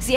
Si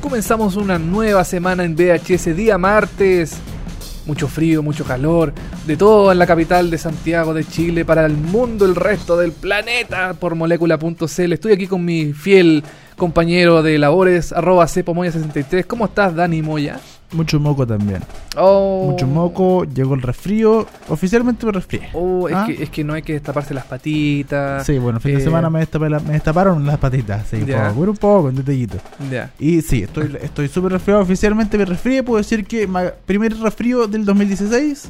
Comenzamos una nueva semana en VHS, día martes. Mucho frío, mucho calor, de todo en la capital de Santiago de Chile, para el mundo, el resto del planeta, por molécula.cl. Estoy aquí con mi fiel compañero de labores, arroba cepomoya63. ¿Cómo estás, Dani Moya? Mucho moco también. Oh. Mucho moco, llegó el resfrío. Oficialmente me resfrié. Oh, es, ¿Ah? que, es que no hay que destaparse las patitas. Sí, bueno, fin eh. de semana me, destapé la- me destaparon las patitas. Sí, Ya. Ah. un poco, un poco, un detallito. Ya. Y sí, estoy estoy súper resfriado. Oficialmente me resfrié. Puedo decir que ma- primer resfrío del 2016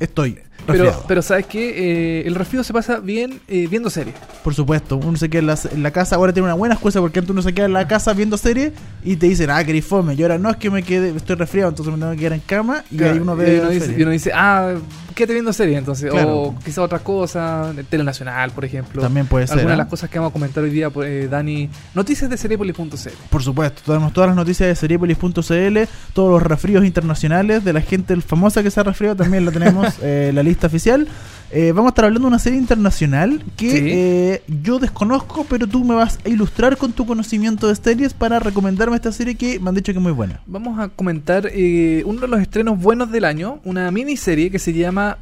estoy Pero, resfriado. pero sabes que el resfrío se pasa bien eh, viendo series. Por supuesto, uno se queda en la, en la casa, ahora tiene una buena excusa porque antes uno se queda en la casa viendo series y te dicen, ah, querés fome. Y ahora no es que me quede, estoy resfriado, entonces me tengo que quedar en cama y ahí uno ve. uno la dice, serie. y uno dice, ah, quédate viendo series entonces. Claro. O quizá otras cosas, el Tele Nacional, por ejemplo. También puede ser. Algunas de ¿ah? las cosas que vamos a comentar hoy día, pues, eh, Dani. Noticias de Seriepolis.cl. Por supuesto, tenemos todas las noticias de seriepolis.cl, todos los resfríos internacionales de la gente famosa que se ha resfriado también la tenemos, eh, la lista oficial. Eh, vamos a estar hablando de una serie internacional que Sí. eh, yo desconozco, pero tú me vas a ilustrar con tu conocimiento de series para recomendarme esta serie que me han dicho que es muy buena. Vamos a comentar eh, uno de los estrenos buenos del año, una miniserie que se llama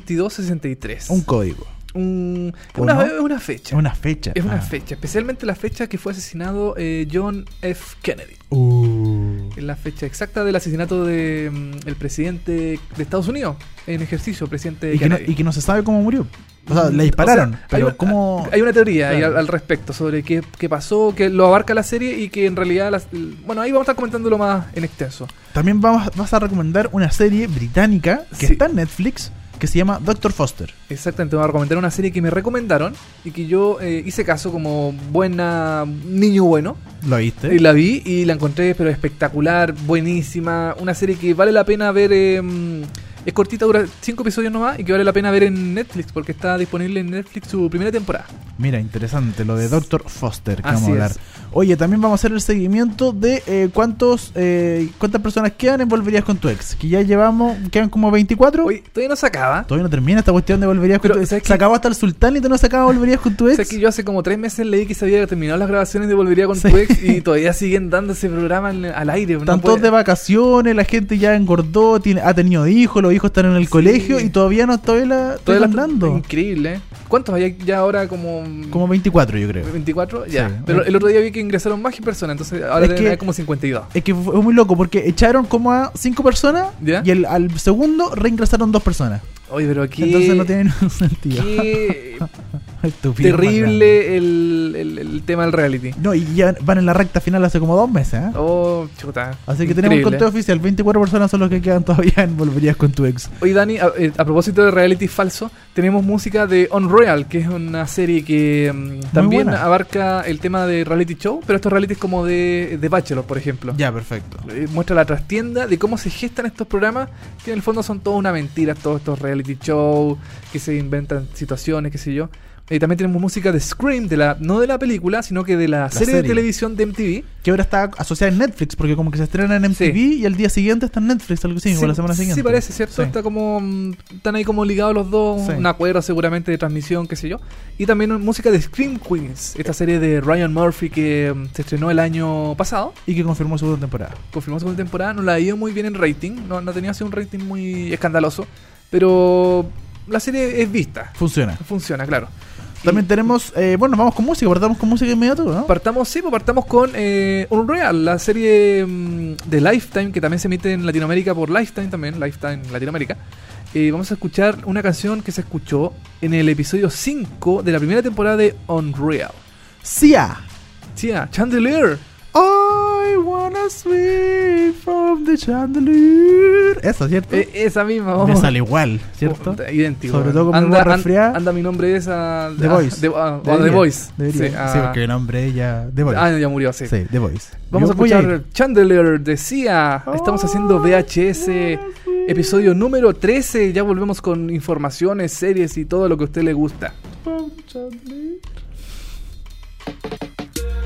112263. Un código, Un- ¿O una, no? es una fecha. es una fecha. Es una Ah. fecha, especialmente la fecha que fue asesinado eh, John F. Kennedy. Uh. Es La fecha exacta del asesinato del presidente de Estados Unidos en ejercicio, presidente Y, que no, Kennedy. y que no se sabe cómo murió. O sea, le Mm, O dispararon, sea, hay pero una- cómo... Hay una teoría ahí Claro. al, al respecto sobre qué, qué pasó, que lo abarca la serie y que en realidad... las- bueno, ahí vamos a estar comentándolo más en extenso. También vamos, vas a recomendar una serie británica que Sí. está en Netflix que se llama Doctor Foster. Exactamente, vamos a recomendar una serie que me recomendaron y que yo eh, hice caso como buena niño bueno. ¿Lo viste? Y la vi y la encontré pero espectacular, buenísima. Una serie que vale la pena ver... eh, es cortita, dura 5 episodios nomás y que vale la pena ver en Netflix porque está disponible en Netflix su primera temporada. Mira, interesante lo de Doctor Foster que Así vamos a hablar. es. Oye, también vamos a hacer el seguimiento de eh, cuántos eh, cuántas personas quedan en Volverías con tu ex. Que ya llevamos, quedan como 24. Oye, todavía no se acaba. Todavía no termina esta cuestión de Volverías con Pero, tu ex. ¿sabes Se qué? acabó hasta el sultán y tú no se acaba Volverías con tu O ex. sea que yo hace como tres meses leí que se había terminado las grabaciones de Volvería con Sí. tu ex y todavía siguen dando ese programa en- al aire. no Pues, Están todos puede- de vacaciones, la gente ya engordó, tiene, ha tenido hijos, los hijos están en el Sí. colegio y todavía no estoy la estoy todavía la- hablando. Increíble. ¿eh? ¿Cuántos hay ya ahora? Como, Como 24 yo creo. 24. Ya. Sí. Pero el otro día vi que ingresaron más que personas, entonces ahora Es deben que- haber como 52. Es que fue muy loco porque echaron como a cinco personas ¿Ya? y el, al segundo reingresaron dos personas. Oye, pero aquí Entonces no tiene ningún sentido. Qué Estúpido, más grande. terrible el, el- el tema del reality. No, y ya van en la recta final hace como dos meses. ¿eh? Oh, chuta. Así que tenemos Increíble. un conteo oficial. 24 personas son los que quedan todavía en Volverías con tu ex. Hoy, Dani, a, eh, a propósito de reality falso, tenemos música de Unreal, que es una serie que mm, también buena. abarca el tema de reality show, pero estos realities como de, de Bachelor, por ejemplo. Ya, perfecto. Eh, Muestra la trastienda de cómo se gestan estos programas, que en el fondo son toda una mentira, todos estos reality show, que se inventan situaciones, qué sé yo. Eh, también tenemos música de Scream, de la, no de la película, sino que de la, serie, de serie. televisión de MTV. Que ahora está asociada en Netflix porque como que se estrena en MTV Sí. y al día siguiente está en Netflix, algo así, o la semana siguiente. Sí, parece, ¿cierto? Sí. Está como, mm, están ahí como ligados los dos, Sí. un acuerdo seguramente de transmisión, qué sé yo. Y también música de Scream Queens, esta serie de Ryan Murphy que mm, se estrenó el año pasado. Y que confirmó segunda temporada. Confirmó segunda temporada, no la ha ido muy bien en rating, no, no tenía así un rating muy escandaloso, pero la serie es vista, Funciona. funciona, claro. También Y- tenemos, eh, bueno, vamos con música, partamos con música inmediato, ¿no? Partamos, sí, pues partamos con eh, Unreal, la serie mm, de Lifetime, que también se emite en Latinoamérica por Lifetime también, Lifetime Latinoamérica. Eh, vamos a escuchar una canción que se escuchó en el episodio 5 de ah, la primera temporada de Unreal. Sia. Uh. Tía, Chandelier. I I wanna swing from the chandelier. Eso, ¿cierto? Eh, Oh, esa misma, Me vamos. sale igual, ¿cierto? Puta, idéntico. Sobre weón. todo con anda, memoria an- resfriada. anda mi nombre es a The a- Voice. ah, de- a- a The Debería, Voice. debería. Sí, Sí, a- porque el nombre ya. The Voice. Ah, ya murió, sí. sí, The Voice. Vamos Yo a voy escuchar ir. Chandelier decía. Estamos haciendo VHS, episodio número 13. Ya volvemos con informaciones, series y todo lo que a usted le gusta.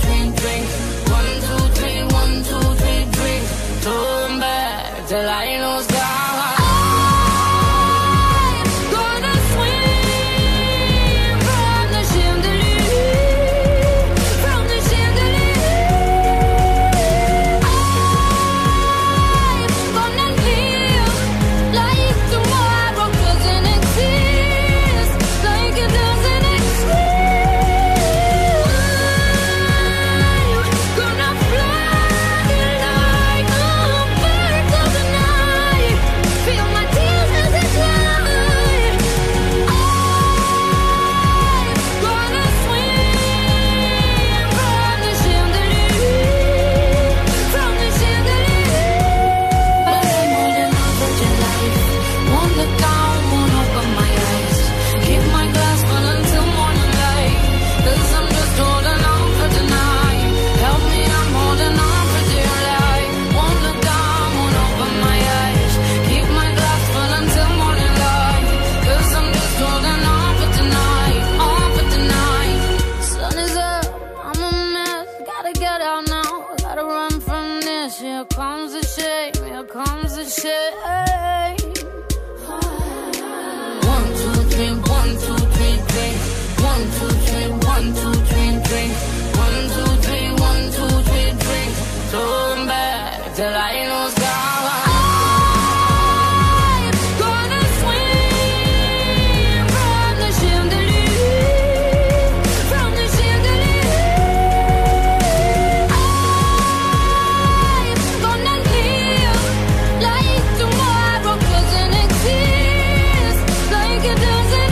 three, drink. One, two, three, one, two, three, drink. Turn back till I know I'm gonna swim from the chandelier, from the chandelier. I'm gonna live like tomorrow doesn't exist, like it doesn't exist. Gonna fly like a bird of the night, feel my tears as they fly. I'm gonna swim from the chandelier, from the chandelier. But I'm holding on for dear life. Won't look down, won't open my eyes. Keep my glass full until morning light. Cause I'm just holding on for tonight. Help me, I'm holding on for dear life. Won't look down, won't open my eyes. Keep my glass full until morning light. Cause I'm just holding on for tonight. On for tonight. Sun is up, I'm a mess. Gotta get out now. Gotta run from this. Here comes the shame. Here comes the shame. One, two, three, one, two, three, drink. One, two, three, one, two, three, drink. One, two, three, one, two, three, drink. Turn back till I know it's gone. I'm gonna swing from the chandelier, from the chandelier. I'm gonna live like tomorrow doesn't exist, like it doesn't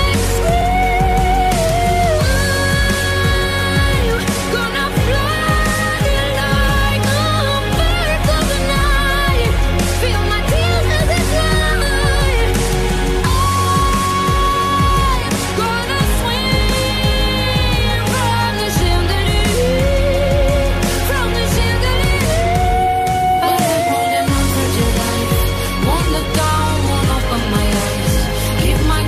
exist. Gonna fly like a bird of the night, feel my tears as they fly. I'm gonna swim from the chandelier, from the chandelier. But I'm holding on for dear life. Won't look down, won't open my eyes. Keep my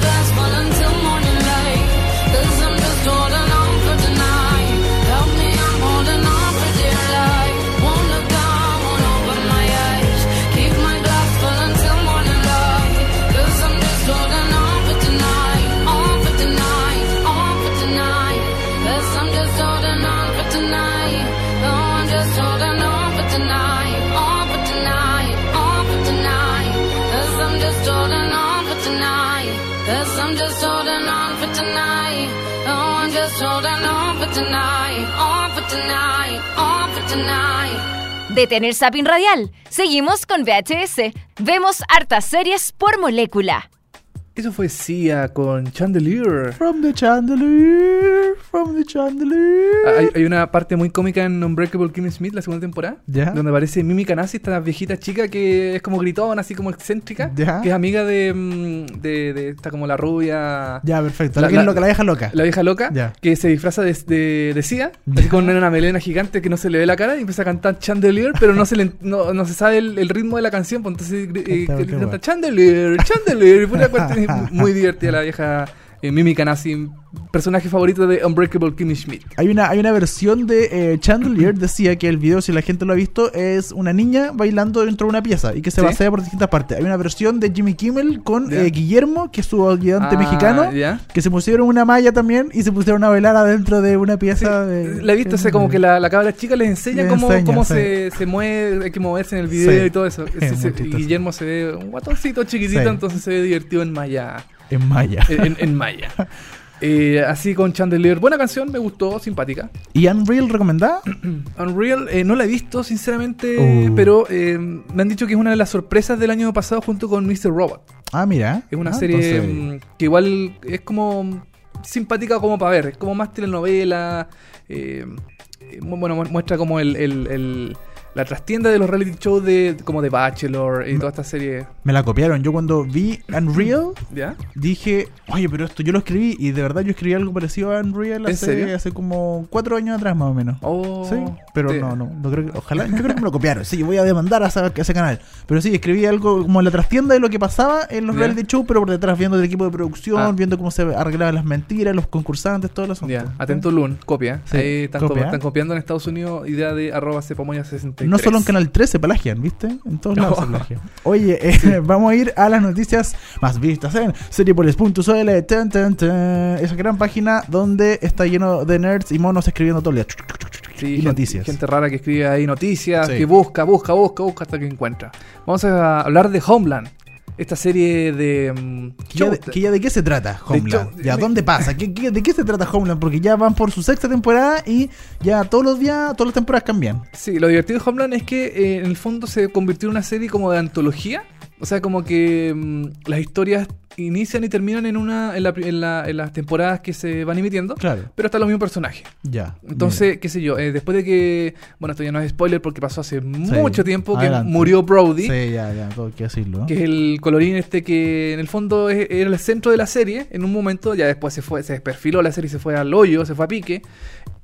glass full until morning light. Cause I'm just holding on for tonight. Help me, I'm holding on for dear life. Won't look down, won't open my eyes. Keep my glass full until morning light. Cause I'm just holding on for tonight. On for tonight, on for tonight. Cause I'm just holding on for tonight. No, I'm just holding on for tonight. On for tonight, on for tonight. Cause I'm just holding on for tonight. Cause I'm just holding on for tonight. No, I'm just holding on for tonight. On for tonight, on for tonight. Detener Sapin Radial. Seguimos con VHS. Vemos hartas series por molécula. Eso fue Sia con Chandelier. From the chandelier, from the chandelier. Ah, Hay, hay una parte muy cómica en Unbreakable Kimmy Smith, la segunda temporada, Ya. donde aparece Mimi Canassi, esta viejita chica que es como gritona, así como excéntrica, Ya. que es amiga de, mm, de, de esta como la rubia, Ya, perfecto. La- La, que la- lo que la deja loca. la vieja loca, Ya. que se disfraza de, de, de Sia, Ya. así con una melena gigante que no se le ve la cara y empieza a cantar Chandelier, pero no se le, no, no se sabe el, el ritmo de la canción, pues entonces gri- eh, Está que- qué canta guay. Chandelier, Chandelier, y pura cuestión, es muy divertida la vieja eh, Mimi Canassi personaje favorito de Unbreakable Kimmy Schmidt. Hay una, hay una versión de eh, Chandelier, decía que el video, si la gente lo ha visto, es una niña bailando dentro de una pieza y que se Sí. pasea por distintas partes. Hay una versión de Jimmy Kimmel con Ya. eh, Guillermo, que es su ayudante Ah, mexicano, ya. que se pusieron una malla también y se pusieron a bailar adentro de una pieza. de- La he visto, o sea, como que la, la cabra chica les enseña Les cómo, eh, enseña, cómo sí. se, se mueve, hay que moverse en el video Sí. y todo eso. Es Ese- muy ese- chistoso. Guillermo se ve un guatoncito chiquitito, Sí. entonces se ve divertido en Maya. En malla. En, en Maya. Eh, así con Chandelier. Buena canción, me gustó, simpática. ¿Y Unreal recomendada? Unreal, eh, no la he visto, sinceramente, Uh. pero eh, me han dicho que es una de las sorpresas del año pasado junto con Mr. Robot. Ah, mira. Es una Ah, serie entonces- mm, que igual es como mm, simpática como para ver, es como más telenovela, eh, eh, mu- bueno, mu- muestra como el, el- el- la trastienda de los reality shows de como de Bachelor y Mm. toda esta serie, Me la copiaron. Yo cuando vi Unreal ¿ya? dije, oye, pero esto yo lo escribí y de verdad yo escribí algo parecido a Unreal ¿En hace, serio? hace como cuatro años atrás más o menos. Oh, Sí, pero te- no, no, no creo que, ojalá, yo creo que me lo copiaron. Sí, voy a demandar a, esa- a ese canal. Pero sí, escribí algo como en la trastienda de lo que pasaba en los Ya. reality show, pero por detrás viendo el equipo de producción, Ah. viendo cómo se arreglaban las mentiras, los concursantes, todo el asunto. Ya, atento Loon, copia. Sí, Ahí están, co- copia. están copiando en Estados Unidos idea de arroba cepomoya63. No solo en Canal 13 pelagian, ¿viste? En todos lados No. se pelagian. Oye, eh, vamos a ir a las noticias más vistas en seriepolis.cl. tan, tan, tan. Esa gran página donde está lleno de nerds y monos escribiendo todo el día. Sí, y gente, noticias. Gente rara que escribe ahí noticias, Sí. que busca, busca, busca, busca hasta que encuentra. Vamos a hablar de Homeland, esta serie de... mm, ¿Que ya, show- de, que ya de qué se trata Homeland? show- ¿Ya de- dónde pasa? ¿Qué, qué- de qué se trata Homeland? Porque ya van por su sexta temporada y ya todos los días, todas las temporadas cambian. Sí, lo divertido de Homeland es que eh, en el fondo se convirtió en una serie como de antología. O sea, como que mm, las historias inician y terminan en una en, la pri- en la- en las temporadas que se van emitiendo, Claro. pero están los mismos personajes. Ya. Entonces, qué sé yo, eh, después de que, bueno, esto ya no es spoiler porque pasó hace mucho tiempo que adelante. murió Brody, mira. Sí, ya, ya, todo hay que decirlo. ¿no? que es el colorín este que en el fondo es- era el centro de la serie, en un momento ya después se fue, se desperfiló la serie, se fue al hoyo, se fue a pique,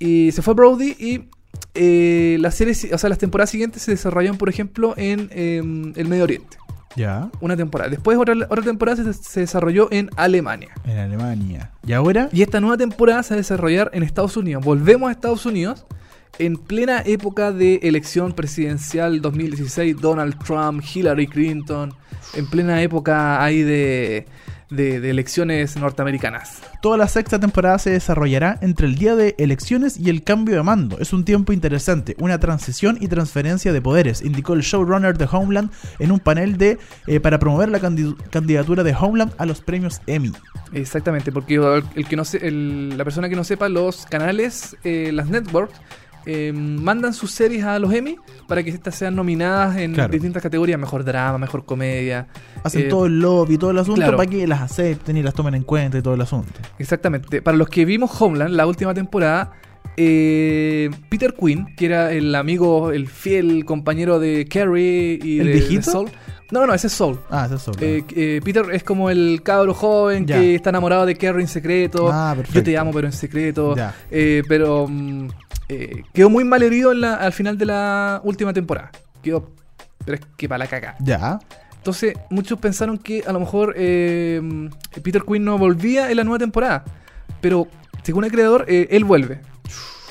y se fue Brody y eh, la serie, si- o sea, las temporadas siguientes se desarrollan, por ejemplo, en eh, el Medio Oriente, Ya. una temporada. Después otra, otra temporada se, se desarrolló en Alemania. En Alemania. ¿Y ahora? Y esta nueva temporada se va a desarrollar en Estados Unidos. Volvemos a Estados Unidos en plena época de elección presidencial 2016, Donald Trump, Hillary Clinton, en plena época ahí de, de- de elecciones norteamericanas. Toda la sexta temporada se desarrollará entre el día de elecciones y el cambio de mando. Es un tiempo interesante, una transición y transferencia de poderes, indicó el showrunner de Homeland en un panel de eh, para promover la candi- candidatura de Homeland a los premios Emmy. Exactamente, porque el que no se- el- la persona que no sepa, los canales, eh, las networks, eh, mandan sus series a los Emmy para que estas sean nominadas en Claro. distintas categorías, mejor drama, mejor comedia. Hacen eh, todo el lobby, todo el asunto claro. para que las acepten y las tomen en cuenta y todo el asunto. Exactamente. Para los que vimos Homeland, la última temporada, eh, Peter Quinn, que era el amigo, el fiel compañero de Carrie y ¿El de, viejito? de Saul. No, no, no, ese es Saul. Ah, eso es sobre. Eh, eh, Peter es como el cabro joven Ya. que está enamorado de Carrie en secreto. Ah, perfecto. Yo te amo, pero en secreto. Ya. Eh, pero mm, eh, quedó muy mal herido en la- al final de la última temporada. Quedó. Pero es que para la caca. Ya. Entonces, muchos pensaron que a lo mejor eh, Peter Quinn no volvía en la nueva temporada. Pero, según el creador, eh, él vuelve.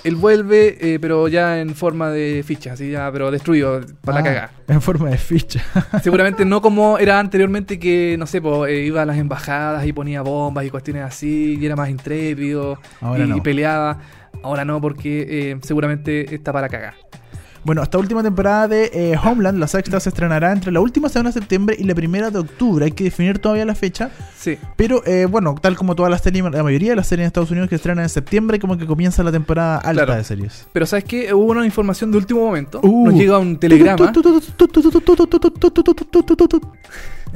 Él vuelve, eh, pero ya en forma de ficha, así ya, pero destruido, para Ah, la cagada. En forma de ficha. Seguramente no como era anteriormente que, no sé, po, eh, iba a las embajadas y ponía bombas y cuestiones así, y era más intrépido, Ahora y, no. y peleaba. Ahora no, porque eh, seguramente está para cagar. Bueno, esta última temporada de eh, Homeland, la sexta, se estrenará entre la última semana de septiembre y la primera de octubre. Hay que definir todavía la fecha. Sí. Pero eh, bueno, tal como todas las series, la mayoría de las series en Estados Unidos que estrenan en septiembre, como que comienza la temporada alta Claro. de series. Pero ¿sabes qué? Hubo una información de último momento. Uh. Nos llega un telegrama.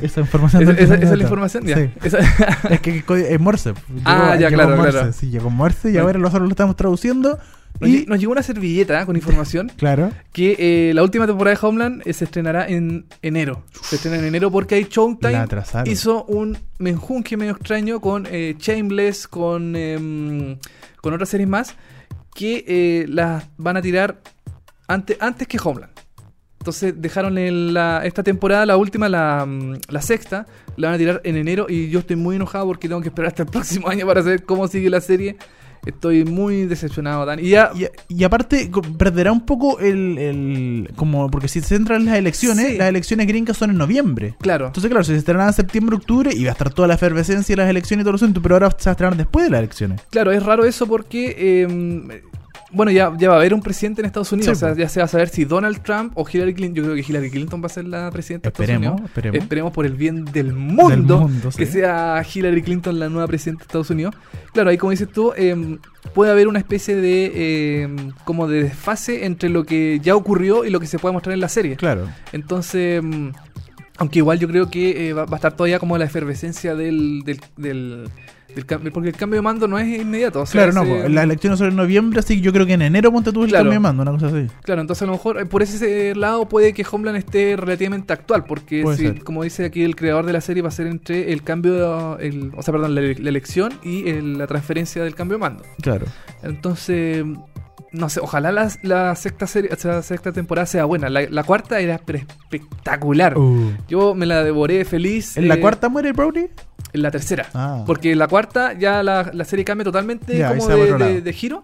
Esa información. ¿Esa, del esa- esa telegrama. es la información? Ya. Sí. Esa- Es que co- es Morse. pues. Ah, ya, claro, Morse. claro. Sí, llegó Morse y Bueno. ahora nosotros lo estamos traduciendo. nos, Y, lle- nos llegó una servilleta con información claro. que eh, la última temporada de Homeland eh, se estrenará en enero. Se estrena en enero porque ahí La Showtime atrasaron. hizo un menjunje medio extraño con eh, Shameless, con, em, con otras series más, que eh, las van a tirar ante- antes que Homeland. Entonces dejaron en la- esta temporada, la última, la, mm, la sexta, la van a tirar en enero y yo estoy muy enojado porque tengo que esperar hasta el próximo año para saber cómo sigue la serie. Estoy muy decepcionado, Dan. Y ya, Y, y aparte co- perderá un poco el, el- como porque si se entran las elecciones, Sí. las elecciones gringas son en noviembre. claro. Entonces, claro, si se estrenan en septiembre, octubre, y va a estar toda la efervescencia de las elecciones y todo lo asunto, pero ahora se va a estrenar después de las elecciones. Claro, es raro eso porque, eh, bueno, ya, ya va a haber un presidente en Estados Unidos. Sí. o sea, ya se va a saber si Donald Trump o Hillary Clinton. Yo creo que Hillary Clinton va a ser la presidenta. de Estados Esperemos, Unidos. esperemos. por el bien del mundo, mundo, que sí. sea Hillary Clinton la nueva presidenta de Estados Unidos. Claro, ahí como dices tú, eh, puede haber una especie de, eh, como de desfase entre lo que ya ocurrió y lo que se puede mostrar en la serie. Claro. Entonces, mm, aunque igual yo creo que eh, va, va a estar todavía como la efervescencia del, del, del, del cambio, porque el cambio de mando no es inmediato. o sea, Claro, no, se- pues, las elecciones son en noviembre, así que yo creo que en enero monta tú el Claro. cambio de mando, una cosa así. Claro, entonces a lo mejor eh, por ese lado puede que Homeland esté relativamente actual, porque Puede si- ser. como dice aquí el creador de la serie va a ser entre el cambio, el, o sea, perdón, la, ele- la elección y el- la transferencia del cambio de mando. Claro. Entonces, no sé, ojalá la, la sexta serie, o sea, la sexta temporada sea buena. La, la cuarta era pero espectacular. Yo me la devoré feliz. Uh. ¿En la eh, cuarta muere Brody? En la tercera. Ah. Porque la cuarta ya la, la serie cambia totalmente Ya, y como se va para de, otro de- lado. de giro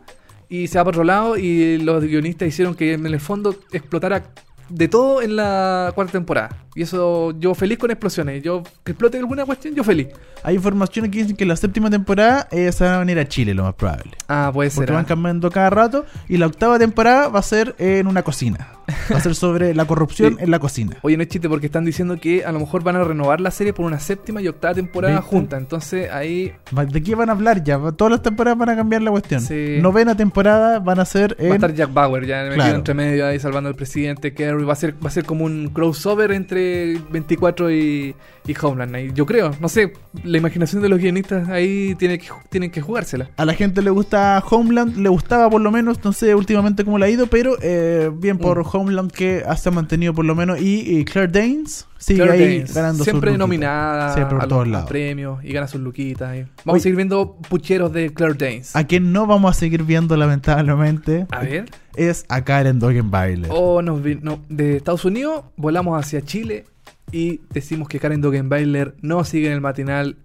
y se va para otro lado y los guionistas hicieron que en el fondo explotara de todo en la cuarta temporada. Y eso yo feliz con explosiones. Yo que explote alguna cuestión, yo feliz. Hay informaciones que dicen que la séptima temporada eh, se va a venir a Chile, lo más probable. Ah, puede ser. Porque ah. van cambiando cada rato. Y la octava temporada va a ser en una cocina. Va a ser sobre la corrupción Sí. en la cocina. Oye, no es chiste porque están diciendo que a lo mejor van a renovar la serie por una séptima y octava temporada ¿Viste? junta. Entonces ahí Va- ¿De qué van a hablar ya? Va- Todas las temporadas van a cambiar la cuestión. Sí. Novena temporada van a ser va a en... estar Jack Bauer ya metido Claro. entre medio ahí salvando al presidente Kerry va a ser va a ser como un crossover entre 24 y, y Homeland ahí, yo creo no sé la imaginación de los guionistas ahí tiene que ju- tienen que jugársela A la gente le gusta Homeland, le gustaba por lo menos, no sé últimamente cómo le ha ido, pero eh, bien por Mm. Homeland que ha- se ha mantenido por lo menos. Y, y Claire Danes sigue Claro ahí que ganando siempre su luquita. nominada Siempre por a todos los lados. premios y gana sus luquitas ahí. vamos Oye. a seguir viendo pucheros de Claire Danes A quien no vamos a seguir viendo, lamentablemente, a ver es a Karen Doggenbailer. o nos vi- no, de Estados Unidos volamos hacia Chile y decimos que Karen Dogenbailer no sigue en el matinal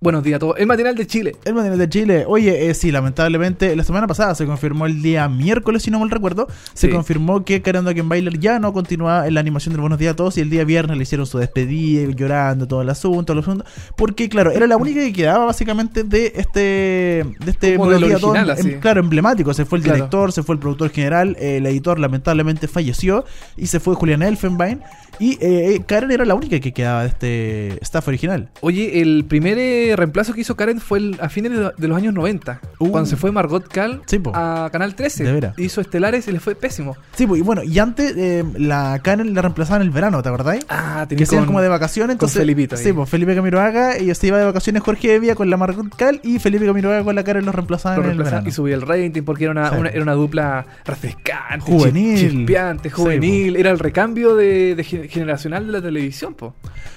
buenos días a todos el matinal de Chile El Matinal de Chile. Oye, eh, sí, lamentablemente, la semana pasada se confirmó el día miércoles, si no mal recuerdo, se Sí. confirmó que Karen Bailer ya no continuaba en la animación del Buenos Días a Todos y el día viernes le hicieron su despedida, llorando, todo el asunto, todo el asunto. Porque, claro, era la única que quedaba básicamente de este... De este Como del Buenos Días a Todos, original, em- así. claro, emblemático. Se fue el Claro. director, se fue el productor general, eh, el editor lamentablemente falleció y se fue Julián Elfenbein. Y eh, Karen era la única que quedaba de este staff original. Oye, el primer eh, reemplazo que hizo Karen fue el- a fines de, de los años 90, Uh. cuando se fue Margot Cal Sí, po. a Canal 13. De veras. Hizo Estelares y le fue pésimo. Sí, pues, y bueno, y antes eh, la Karen la reemplazaban en el verano, ¿te acordáis? Ah, Que tenía se iban con- como de vacaciones, entonces. Felipito ahí. Sí, pues Felipe Camiroaga, y se iba de vacaciones Jorge Evia con la Margot Cal y Felipe Camiroaga con la Karen los reemplazaban lo en el reemplazaban y verano. subía el rating porque era una, Sí. una- era una dupla refrescante, Juvenil. chis- chispeante, Sí, juvenil. era el recambio de, de gen- generacional de la televisión, po.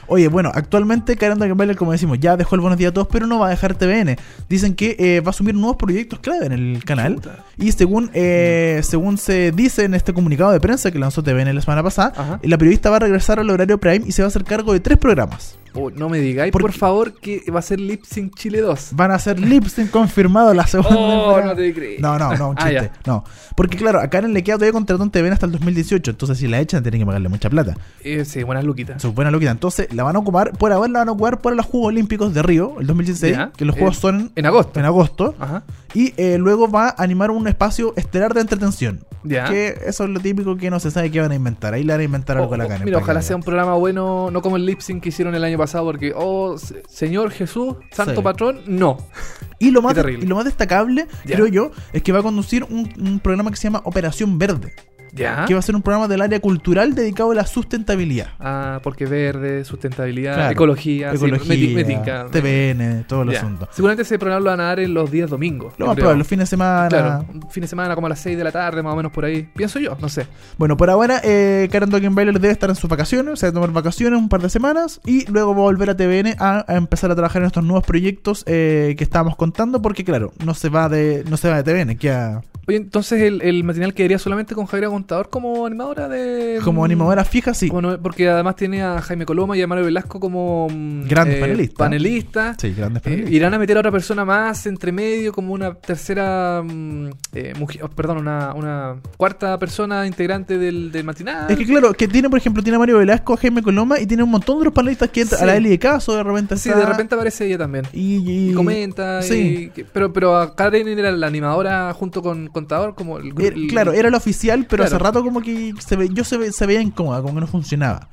Oye, bueno, actualmente Karen Duggan-Bailer, como decimos, ya dejó el Buenos Días a todos, pero no va a dejar TVN. Dicen que eh, va a asumir nuevos proyectos clave en el canal. Chuta. Y según eh, según se dice en este comunicado de prensa que lanzó TVN la semana pasada, Ajá. la periodista va a regresar al horario Prime y se va a hacer cargo de tres programas. Oh, no me digáis, ¿Por por, qué? favor, que va a ser Lip Sync Chile 2. Van a ser Lipsen confirmado la segunda. Oh, temporada. no te creo. No, no, no, un Ah, chiste. no. Porque claro, a Karen le queda todavía contrato en TVN hasta el 2018. Entonces, si la echan, tienen que pagarle mucha plata. Eh, sí, buenas luquitas. Eso es buena loquita. Entonces, la van a ocupar, por ahora la van a ocupar para los Juegos Olímpicos de Río, el 2016, Ya. que los Eh, ah. Juegos son En agosto. en agosto. Ajá. Y eh, luego va a animar un espacio estelar de entretención. Ya. Que eso es lo típico que no se sabe qué van a inventar. Ahí le van a inventar algo Oh, a la oh, Karen. mira, para ojalá que sea un programa bueno, no como el lip sync que hicieron el año pasado, porque, oh, se- Señor Jesús, Santo Sí. Patrón, no. Y lo más, Qué terrible. y lo más destacable, Ya. creo yo, es que va a conducir un- un programa que se llama Operación Verde. Ya. que va a ser un programa del área cultural dedicado a la sustentabilidad. Ah, porque verde, sustentabilidad, Claro. ecología, sí, Ecología, me ti- me tinca. TVN, todo el Ya. asunto. Seguramente ese programa lo van a dar en los días domingos. yo Lo más creo. probable, los fines de semana. Claro, un fin de semana como a las 6 de la tarde, más o menos por ahí. Pienso yo, no sé. Bueno, por ahora, eh, Karen Bailer debe estar en sus vacaciones, o sea, tomar vacaciones un par de semanas y luego va a volver a TVN a, a empezar a trabajar en estos nuevos proyectos eh, que estábamos contando, porque claro, no se va de no se va de TVN, queda Oye, entonces el, el matinal quedaría solamente con Javier Contador como animadora de. mm, Como animadora fija, sí. como no- porque además tiene a Jaime Coloma y a Mario Velasco como. mm, Grandes panelistas. panelistas. Sí, Eh, grandes panelistas. irán a meter a otra persona más entre medio como una tercera mm, eh, mujer- oh, perdón una, una cuarta persona integrante del, del matinal Es que claro, que tiene, por ejemplo, tiene a Mario Velasco, a Jaime Coloma y tiene un montón de los panelistas que entran Sí. a la Eli de Caso, de repente sí está- de repente aparece ella también y, y- y comenta sí. y que- pero pero a Karen era la animadora junto con contador como el, gru- Era- Er, claro, era la oficial, pero Claro. hace rato como que se ve, yo se, ve- se veía incómoda, como que no funcionaba.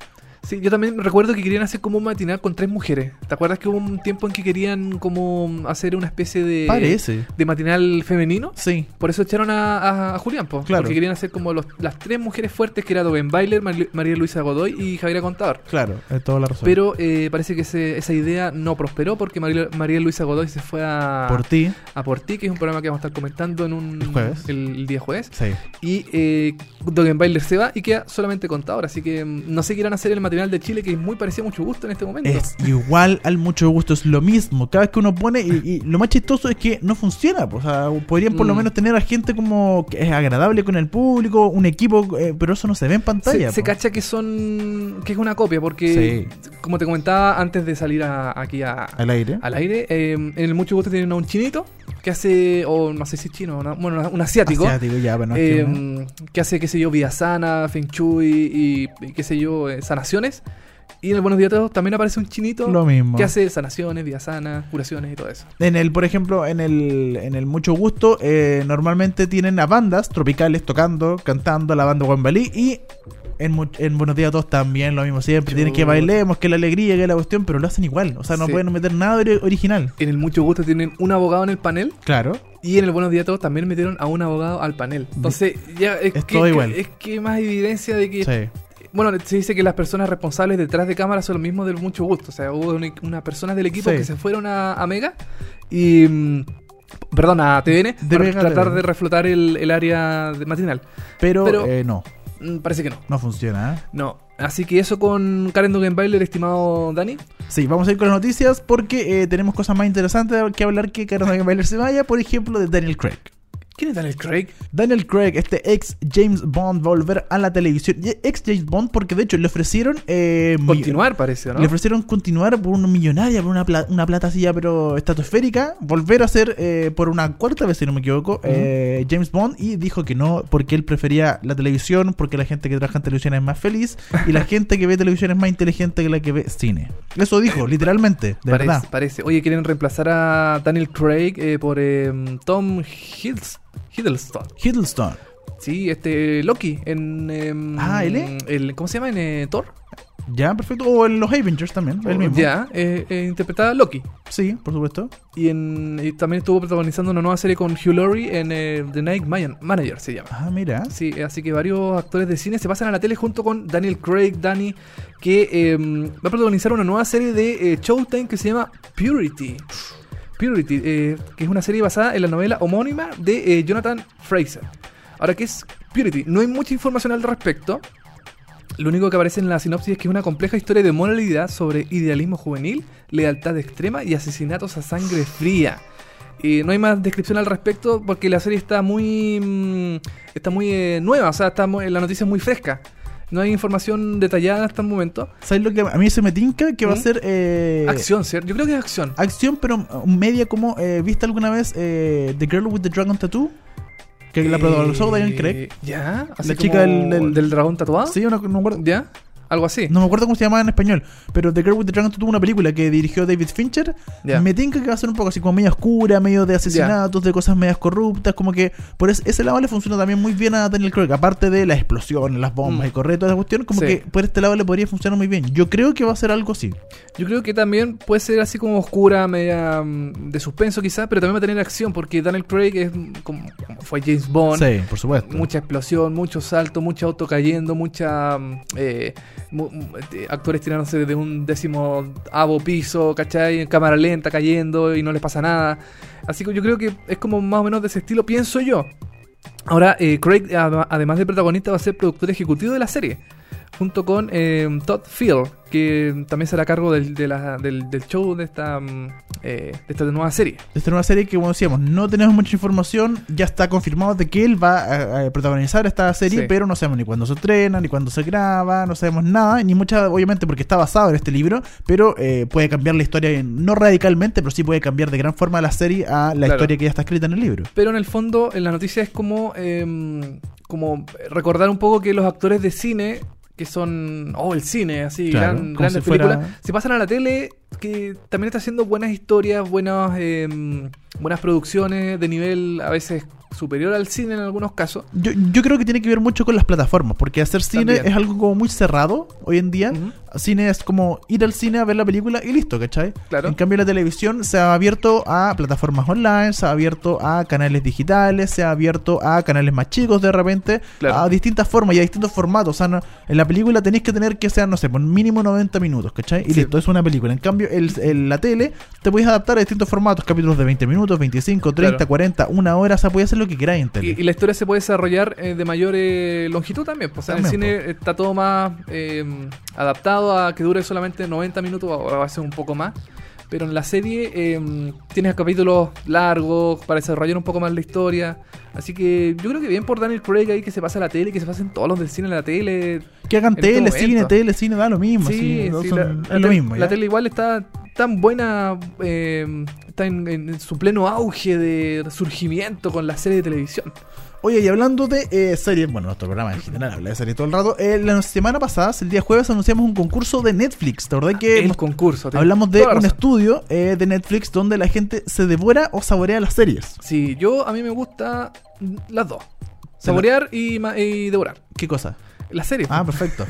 sí yo también recuerdo que querían hacer como un matinal con tres mujeres te acuerdas que hubo un tiempo en que querían como hacer una especie de Parece. de matinal femenino Sí. Por eso echaron a, a- a Julián, po, Claro. porque querían hacer como los- las tres mujeres fuertes que era Doben Bailer, Mar- María Luisa Godoy y Javiera Contador. Claro, es toda la razón. Pero eh, parece que ese- esa idea no prosperó porque María, María Luisa Godoy se fue a por ti, a Por Ti, que es un programa que vamos a estar comentando en un El jueves. el, el día jueves. sí. Y eh, Dogenbailer se va y queda solamente Contador. Así que mm, no sé qué irán a hacer el material de Chile, que es muy parecido a mucho gusto en este momento. Es igual al mucho gusto, es lo mismo. Cada vez que uno pone, y, y lo más chistoso es que no funciona. pues, O sea, podrían por lo Mm. menos tener a gente como que es agradable con el público, un equipo, eh, pero eso no se ve en pantalla. pues. se, se po. cacha que son que es una copia porque como te comentaba antes de salir a- aquí a, al aire. al aire. eh, en el Mucho Gusto tienen a un chinito que hace, o no sé si es chino, una- bueno, un asiático. Asiático, ya, pero no es que eh, uno- que hace, qué sé yo, vida sana, feng shui y, y qué sé yo, eh, sanaciones. Y en el Buenos Días a Todos también aparece un chinito Lo mismo. que hace sanaciones, vida sana, curaciones y todo eso. En el, por ejemplo, en el, en el Mucho Gusto, eh, normalmente tienen a bandas tropicales tocando, cantando, la banda Guambalí y en, Mu- en Buenos Días a Todos también lo mismo siempre. Tienen que Chuta. bailemos, que la alegría, que la cuestión, pero lo hacen igual. O sea, no Sí. pueden meter nada ori- original. En el Mucho Gusto tienen un abogado en el panel Claro. y en el Buenos Días a Todos también metieron a un abogado al panel. Entonces, ya es, Es que, todo igual. es que más evidencia de que Sí. Bueno, se dice que las personas responsables detrás de cámara son los mismos del mucho gusto. O sea, hubo una- unas personas del equipo Sí. que se fueron a, a Mega y. mm, Perdón, a TVN De para Mega tratar TVN. de reflotar el, el área de matinal. Pero, Pero- eh, no, Mm, Parece que no. no funciona. ¿eh? No. Así que eso con Karen Dugenbailer, estimado Dani. Sí, vamos a ir con las noticias porque eh, tenemos cosas más interesantes que hablar que Carolina Bailer se vaya. Por ejemplo, de Daniel Craig. ¿Quién es Daniel Craig? Daniel Craig, este ex James Bond, va a volver a la televisión. Y Ex James Bond, porque de hecho le ofrecieron. eh, mi- Continuar, parece, ¿no? Le ofrecieron continuar por una millonaria, por una, pla- una plata así ya, pero estratosférica. Volver a ser, eh, por una cuarta vez, si no me equivoco, eh, James Bond. Y dijo que no, porque él prefería la televisión, porque la gente que trabaja en televisión es más feliz. Y la gente que ve televisión es más inteligente que la que ve cine. Eso dijo, literalmente, de parece, verdad. parece. Oye, quieren reemplazar a Daniel Craig eh, por em, Tom Hiddles- Hiddleston. Hiddleston. Sí, este Loki en. em, Ah, ¿él es? el- ¿Cómo se llama? En eh, Thor. Ya, perfecto. O en los Avengers también, el mismo. Ya, eh, eh, interpretaba a Loki. Sí, por supuesto. Y, en, y también estuvo protagonizando una nueva serie con Hugh Laurie en eh, The Night Man- Manager, se llama. Ah, mira. Sí, eh, así que varios actores de cine se pasan a la tele junto con Daniel Craig, Danny, que eh, va a protagonizar una nueva serie de eh, Showtime que se llama Purity. Purity, eh, que es una serie basada en la novela homónima de eh, Jonathan Fraser. Ahora, ¿qué es Purity? No hay mucha información al respecto. Lo único que aparece en la sinopsis es que es una compleja historia de moralidad sobre idealismo juvenil, lealtad extrema y asesinatos a sangre fría. Eh, no hay más descripción al respecto porque la serie está muy mm, está muy eh, nueva, o sea, está muy- la noticia es muy fresca. No hay información detallada hasta el momento. ¿Sabes lo que a mí se me tinca? Que va a ¿Mm? ser. eh, acción, ¿cierto? Yo creo que es acción. acción, pero media como. eh, ¿Viste alguna vez eh, The Girl with the Dragon Tattoo? Que la Eh, protagonizó Daniel Craig. ¿Ya? Así La chica como del- del- dragón tatuado. Sí, no, no me acuerdo. ¿Ya? Algo así. No me acuerdo cómo se llamaba en español, pero The Girl with the Dragon Tattoo, una película que dirigió David Fincher, Ya. me tinca que va a ser un poco así como media oscura, medio de asesinatos, de cosas medias corruptas, como que por ese, ese lado le funciona también muy bien a Daniel Craig, aparte de las explosiones, las bombas Mm. y correr toda esa cuestión, como Sí. que por este lado le podría funcionar muy bien. Yo creo que va a ser algo así. Yo creo que también puede ser así como oscura, media mm, de suspenso quizás, pero también va a tener acción porque Daniel Craig es mm, como, como fue James Bond. Sí, por supuesto. Mucha explosión, mucho salto, mucho auto cayendo, mucha mm, eh, mu- mm, eh, actores tirándose desde un décimo avo piso, ¿cachai? En cámara lenta cayendo y no les pasa nada. Así que yo creo que es como más o menos de ese estilo, pienso yo. Ahora, eh, Craig, ad- además de protagonista, va a ser productor ejecutivo de la serie. Junto con em, eh, Todd Field, que también será a cargo del, de la- del, del show de esta mm, eh, de esta nueva serie. Esta nueva serie que, como decíamos, no tenemos mucha información. Ya está confirmado de que él va a, a protagonizar esta serie, Sí. pero no sabemos ni cuándo se estrena, ni cuándo se graba, no sabemos nada. Ni mucha, obviamente, porque está basado en este libro, pero eh, puede cambiar la historia, en- no radicalmente, pero sí puede cambiar de gran forma la serie a la Claro. historia que ya está escrita en el libro. Pero en el fondo, en la noticia es como, eh, como recordar un poco que los actores de cine, que son, oh, el cine, así, Claro, gran- como grandes si fuera- películas, se pasan a la tele, que también está haciendo buenas historias, buenas, eh, buenas producciones de nivel a veces superior al cine en algunos casos. Yo, yo creo que tiene que ver mucho con las plataformas, porque hacer cine También. es algo como muy cerrado hoy en día. Ujú. Cine es como ir al cine a ver la película y listo, ¿cachai? Claro. En cambio, la televisión se ha abierto a plataformas online, se ha abierto a canales digitales, se ha abierto a canales más chicos de repente, Claro. a distintas formas y a distintos formatos. O sea, no- en la película tenéis que tener que ser, no sé, por mínimo 90 minutos, ¿cachai? Y Sí. listo, es una película. En cambio, el, el- la tele te puedes adaptar a distintos formatos, capítulos de 20 minutos, 25, 30, Claro. 40, una hora, o sea, puedes hacer lo que queráis en tele. Y, y la historia se puede desarrollar eh, de mayor eh, longitud también. pues, o sea, en el También, cine está todo más eh, adaptado a que dure solamente 90 minutos, ahora va a ser un poco más. Pero en la serie eh, tienes capítulos largos para desarrollar un poco más la historia. Así que yo creo que bien por Daniel Craig ahí que se pasa a la tele, que se pasen todos los del cine a la tele. Que hagan en este tele, cine, momento. tele, cine, da lo mismo. pues, sí, no sí, son- la- es la lo tel- mismo. La ya. tele igual está tan buena, eh, está en, en su pleno auge de surgimiento con la serie de televisión. Oye, y hablando de eh, series, bueno, nuestro programa en general habla de series todo el rato. eh, la semana pasada, el día jueves, anunciamos un concurso de Netflix. ¿Te acordás que Ah, el hemos- concurso. tienes Eh, hablamos de toda la un razón. estudio eh, de Netflix donde la gente se devora o saborea las series? Sí, yo a mí me gusta mm, las dos. Saborear y, ma- y devorar. ¿Qué cosa? La serie. Ah, perfecto.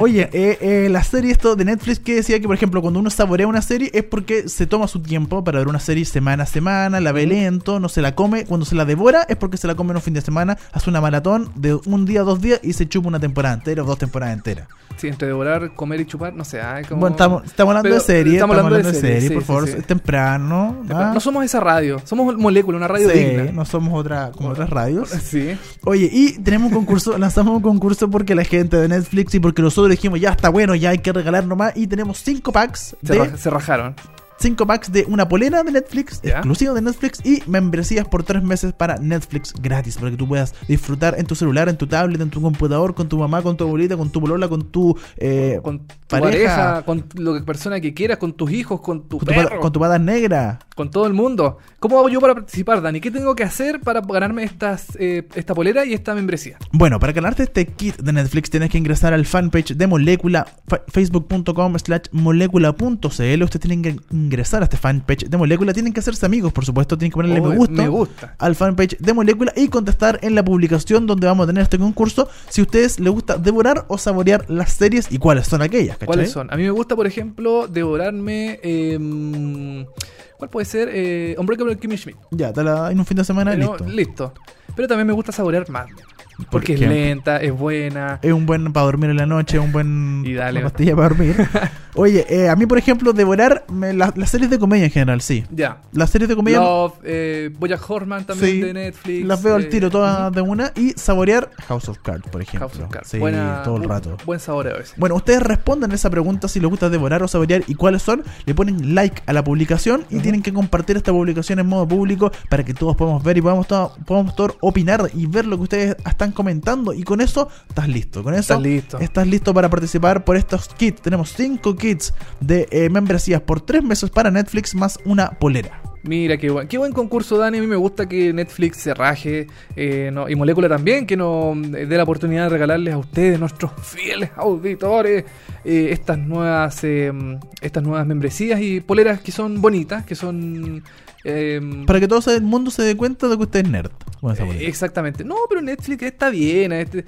Oye, eh, eh, la serie esto de Netflix que decía que, por ejemplo, cuando uno saborea una serie es porque se toma su tiempo para ver una serie semana a semana, la ve lento, no se la come. Cuando se la devora es porque se la come en un fin de semana, hace una maratón de un día, dos días y se chupa una temporada entera o dos temporadas enteras. Sí, entre devorar, comer y chupar, no sé. ay, como- Bueno, estamos, estamos hablando Pero de serie, estamos hablando de serie, serie, sí, por sí, favor, sí. es temprano. ¿ah? No somos esa radio, somos molécula, una radio Sí, digna. no somos otra, como otras radios. Sí. Oye, y tenemos un concurso, lanzamos un concurso porque la gente de Netflix y porque nosotros dijimos, ya está bueno, ya hay que regalar nomás. Y tenemos cinco packs Se, de raj- se rajaron. cinco packs de una polera de Netflix, Ya. exclusivo de Netflix, y membresías por tres meses para Netflix gratis, para que tú puedas disfrutar en tu celular, en tu tablet, en tu computador, con tu mamá, con tu abuelita, con tu polola, con tu eh, con, Con tu pareja. pareja, con lo que persona que quieras, con tus hijos, con tu tu pata- perro, con tu pata negra. con todo el mundo. ¿Cómo hago yo para participar, Dani? ¿Qué tengo que hacer para ganarme estas, eh, esta polera y esta membresía? Bueno, para ganarte este kit de Netflix tienes que ingresar al fanpage de Molecula, fa- facebook.com slash molecula.cl. Ustedes tienen que ingresar a este fanpage de Molecula, tienen que hacerse amigos, por supuesto, tienen que ponerle Oh, me gusta. me gusta. Al fanpage de Molecula y contestar en la publicación donde vamos a tener este concurso si a ustedes les gusta devorar o saborear las series y cuáles son aquellas, ¿cachai? ¿Cuáles son? A mí me gusta, por ejemplo, devorarme. eh, ¿Cuál puede ser? Eh, Unbreakable Kimmy Schmidt. Ya, te la en un fin de semana, Pero- Ah, listo. Pero también me gusta saborear más. Porque es ejemplo. lenta, es buena. Es un buen para dormir en la noche, un buen Y dale. una pastilla para dormir. Oye, eh, a mí, por ejemplo, devorar me- la- las series de comedia en general, sí. Ya. Las series de comedia Love, eh, Bojack Horseman también Sí, de Netflix. las veo al eh, tiro todas de una y saborear House of Cards, por ejemplo. House of Cards. Sí, Buena- todo el bu- rato. Buen sabor a veces. Bueno, ustedes respondan esa pregunta si les gusta devorar o saborear y cuáles son. Le ponen like a la publicación y tienen que compartir esta publicación en modo público para que todos podamos ver y podamos, to- podamos todos opinar y ver lo que ustedes están comentando. Y con eso estás listo. Con eso Estás listo. estás listo para participar por estos kits. Tenemos 5 kits de eh, membresías por 3 meses para Netflix más una polera. Mira, qué buen, qué buen concurso, Dani. A mí me gusta que Netflix se raje. eh, no- y Molécula también, que nos eh, dé la oportunidad de regalarles a ustedes, nuestros fieles auditores, eh, estas, nuevas, eh, estas nuevas membresías y poleras que son bonitas, que son... eh, Para que todo el mundo se dé cuenta de que usted es nerd. Con esa polera. eh, Exactamente. No, pero Netflix está bien. Este,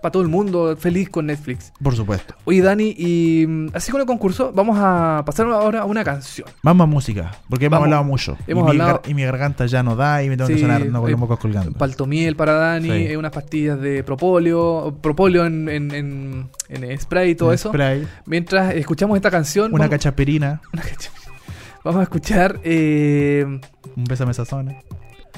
para todo el mundo, feliz con Netflix. Por supuesto. Oye, Dani, y mm, así con el concurso, vamos a pasar ahora a una canción. Más más música, porque hemos Vamos. hablado mucho. Hemos y, mi hablado- gar- y mi garganta ya no da y me tengo que Sí, sonar no, con eh, los mocos colgando. Paltomiel para Dani, Sí. eh, unas pastillas de propóleo, propóleo en, en, en- en spray y todo Un eso. spray, Mientras escuchamos esta canción, una vamos, cachaperina, vamos a escuchar eh, un beso a esa zona.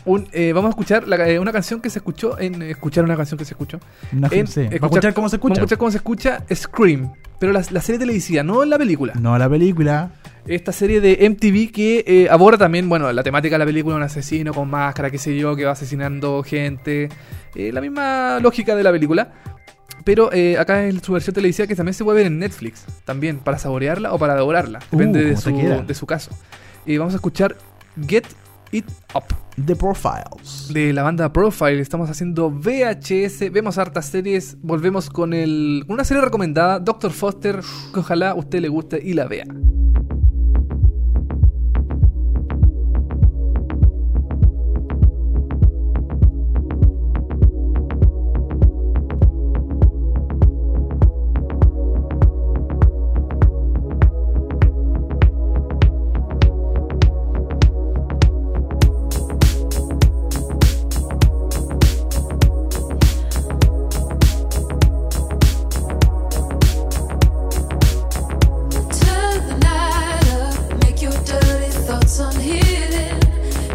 un, eh, vamos a escuchar la- eh, una canción que se escuchó en escuchar una canción que se escuchó. Una en sí. ¿Va a escuchar cómo Eh, Vamos a se escucha? escuchar cómo se escucha Scream, pero la, la serie televisiva, no la película. No la película. Esta serie de MTV que eh, aborda también, bueno, la temática de la película, un asesino con máscara, qué sé yo, que va asesinando gente. Eh, la misma lógica de la película. Pero eh, acá es su versión televisiva que también se puede ver en Netflix. También, para saborearla o para devorarla. Depende Uh, de, como te quiera. su, de su caso. Y vamos a escuchar Get It Up The Profiles. de la banda Profile. Estamos haciendo VHS, vemos hartas series, volvemos con el con una serie recomendada, Doctor Foster, que ojalá a usted le guste y la vea. Turn the night up, make your dirty thoughts unhidden.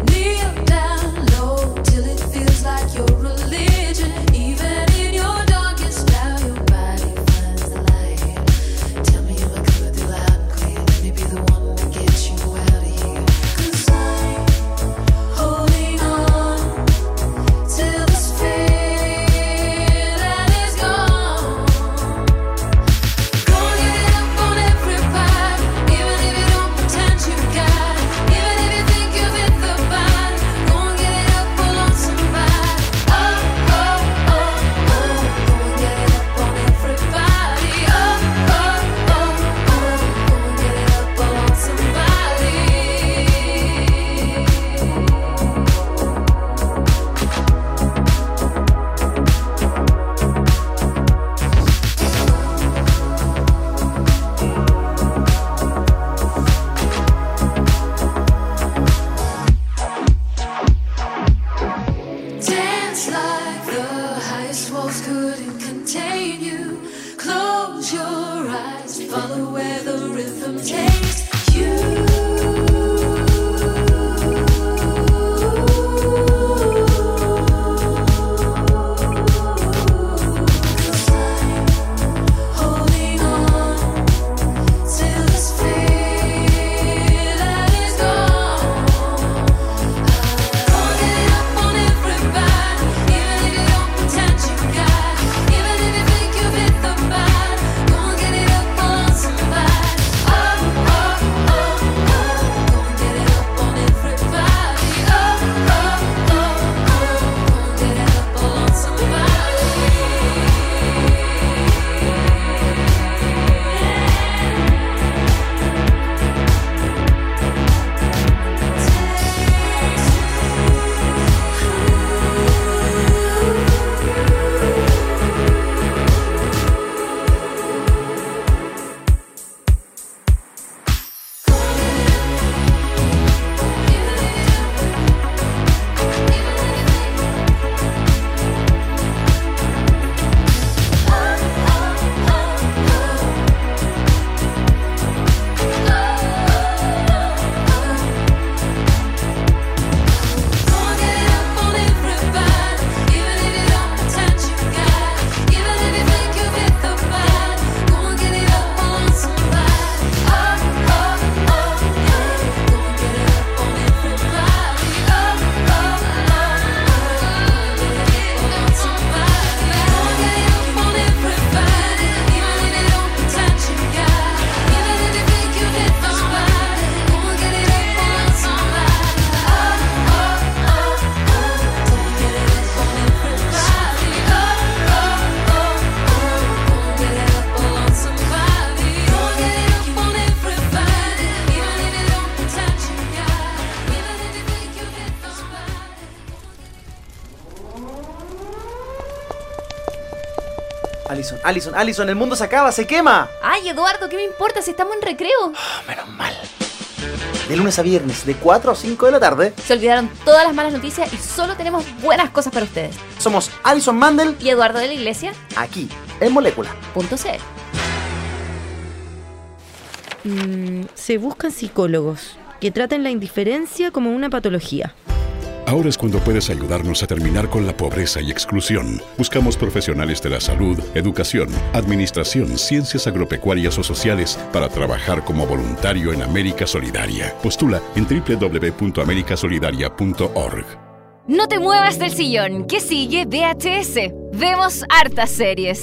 Kneel down low till it feels like your religion. Even in your darkest now, your body finds the light. Tell me if I could do loud and clear. Let me be the one that gets you out of here. 'Cause I'm holding on till this feeling is gone. Gonna give it up on everybody, even if you don't pretend you got it, even if you think you've hit the bottom. Gonna give it up on somebody. Oh oh oh oh, gonna get it up on everybody. Oh oh oh oh, gonna get it up on somebody. Dance like the highest walls couldn't contain you. Close your eyes, follow where the rhythm takes you. Holding on till this feeling is gone. Gonna get it up on everybody, even if you don't pretend you got it, even if you think you've hit the bottom. Gonna get it up on somebody. Oh oh oh oh, gonna get it up on everybody. Oh oh oh oh, gonna get it up on somebody. Oh, oh, Gonna get it up on everybody, even if you don't pretend you got it, even if you think you've hit the bottom. Gonna get it up on somebody. Oh oh oh yeah, gonna get it up on everybody. Oh oh oh oh, gonna get it up on somebody. Gonna get it up on everybody, even if you don't pretend you got it, even if you think you've hit the bottom. Gonna get it up on somebody. Oh. Alison, Alison, Alison, el mundo se acaba, se quema. Ay, Eduardo, ¿qué me importa si estamos en recreo? Ah, menos mal. De lunes a viernes, de 4 a 5 de la tarde, Se olvidaron todas las malas noticias y solo tenemos buenas cosas para ustedes. somos Alison Mandel, Y Eduardo de la Iglesia, aquí, en Molécula. punto C. Mm, se buscan psicólogos que traten la indiferencia como una patología. Ahora es cuando puedes ayudarnos a terminar con la pobreza y exclusión. Buscamos profesionales de la salud, educación, administración, ciencias agropecuarias o sociales para trabajar como voluntario en América Solidaria. Postula en www.americasolidaria.org. No te muevas del sillón, que sigue VHS. Vemos hartas series.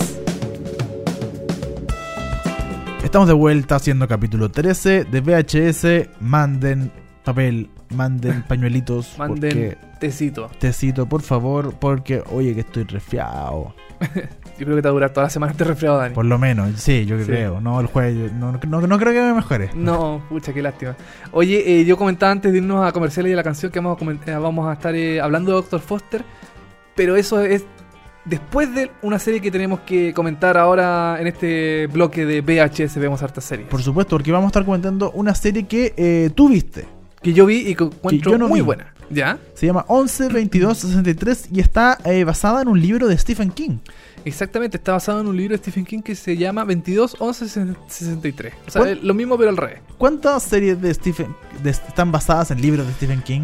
Estamos de vuelta haciendo capítulo 13 de VHS. Manden papel, manden pañuelitos. Manden Porque, tecito. tecito, por favor, porque oye que estoy resfriado. Yo creo que te va a durar toda la semana este resfriado, Dani. Por lo menos, sí, yo Sí. creo. No, el jueves, no, no, no creo que me mejore. No, pucha, qué lástima. Oye, eh, yo comentaba antes de irnos a comerciales y a la canción que vamos a, coment- eh, vamos a estar eh, hablando de Doctor Foster, pero eso es después de una serie que tenemos que comentar ahora en este bloque de VHS, vemos hartas series. Por supuesto, porque vamos a estar comentando una serie que eh, tú viste. Que yo vi y que encuentro yo no muy vi. buena. ¿Ya? Se llama 11, 22, 63 y está eh, basada en un libro de Stephen King. Exactamente, está basado en un libro de Stephen King que se llama 22 11 63. O sea, ¿Cuál? es lo mismo pero al revés. ¿Cuántas series de Stephen de- están basadas en libros de Stephen King?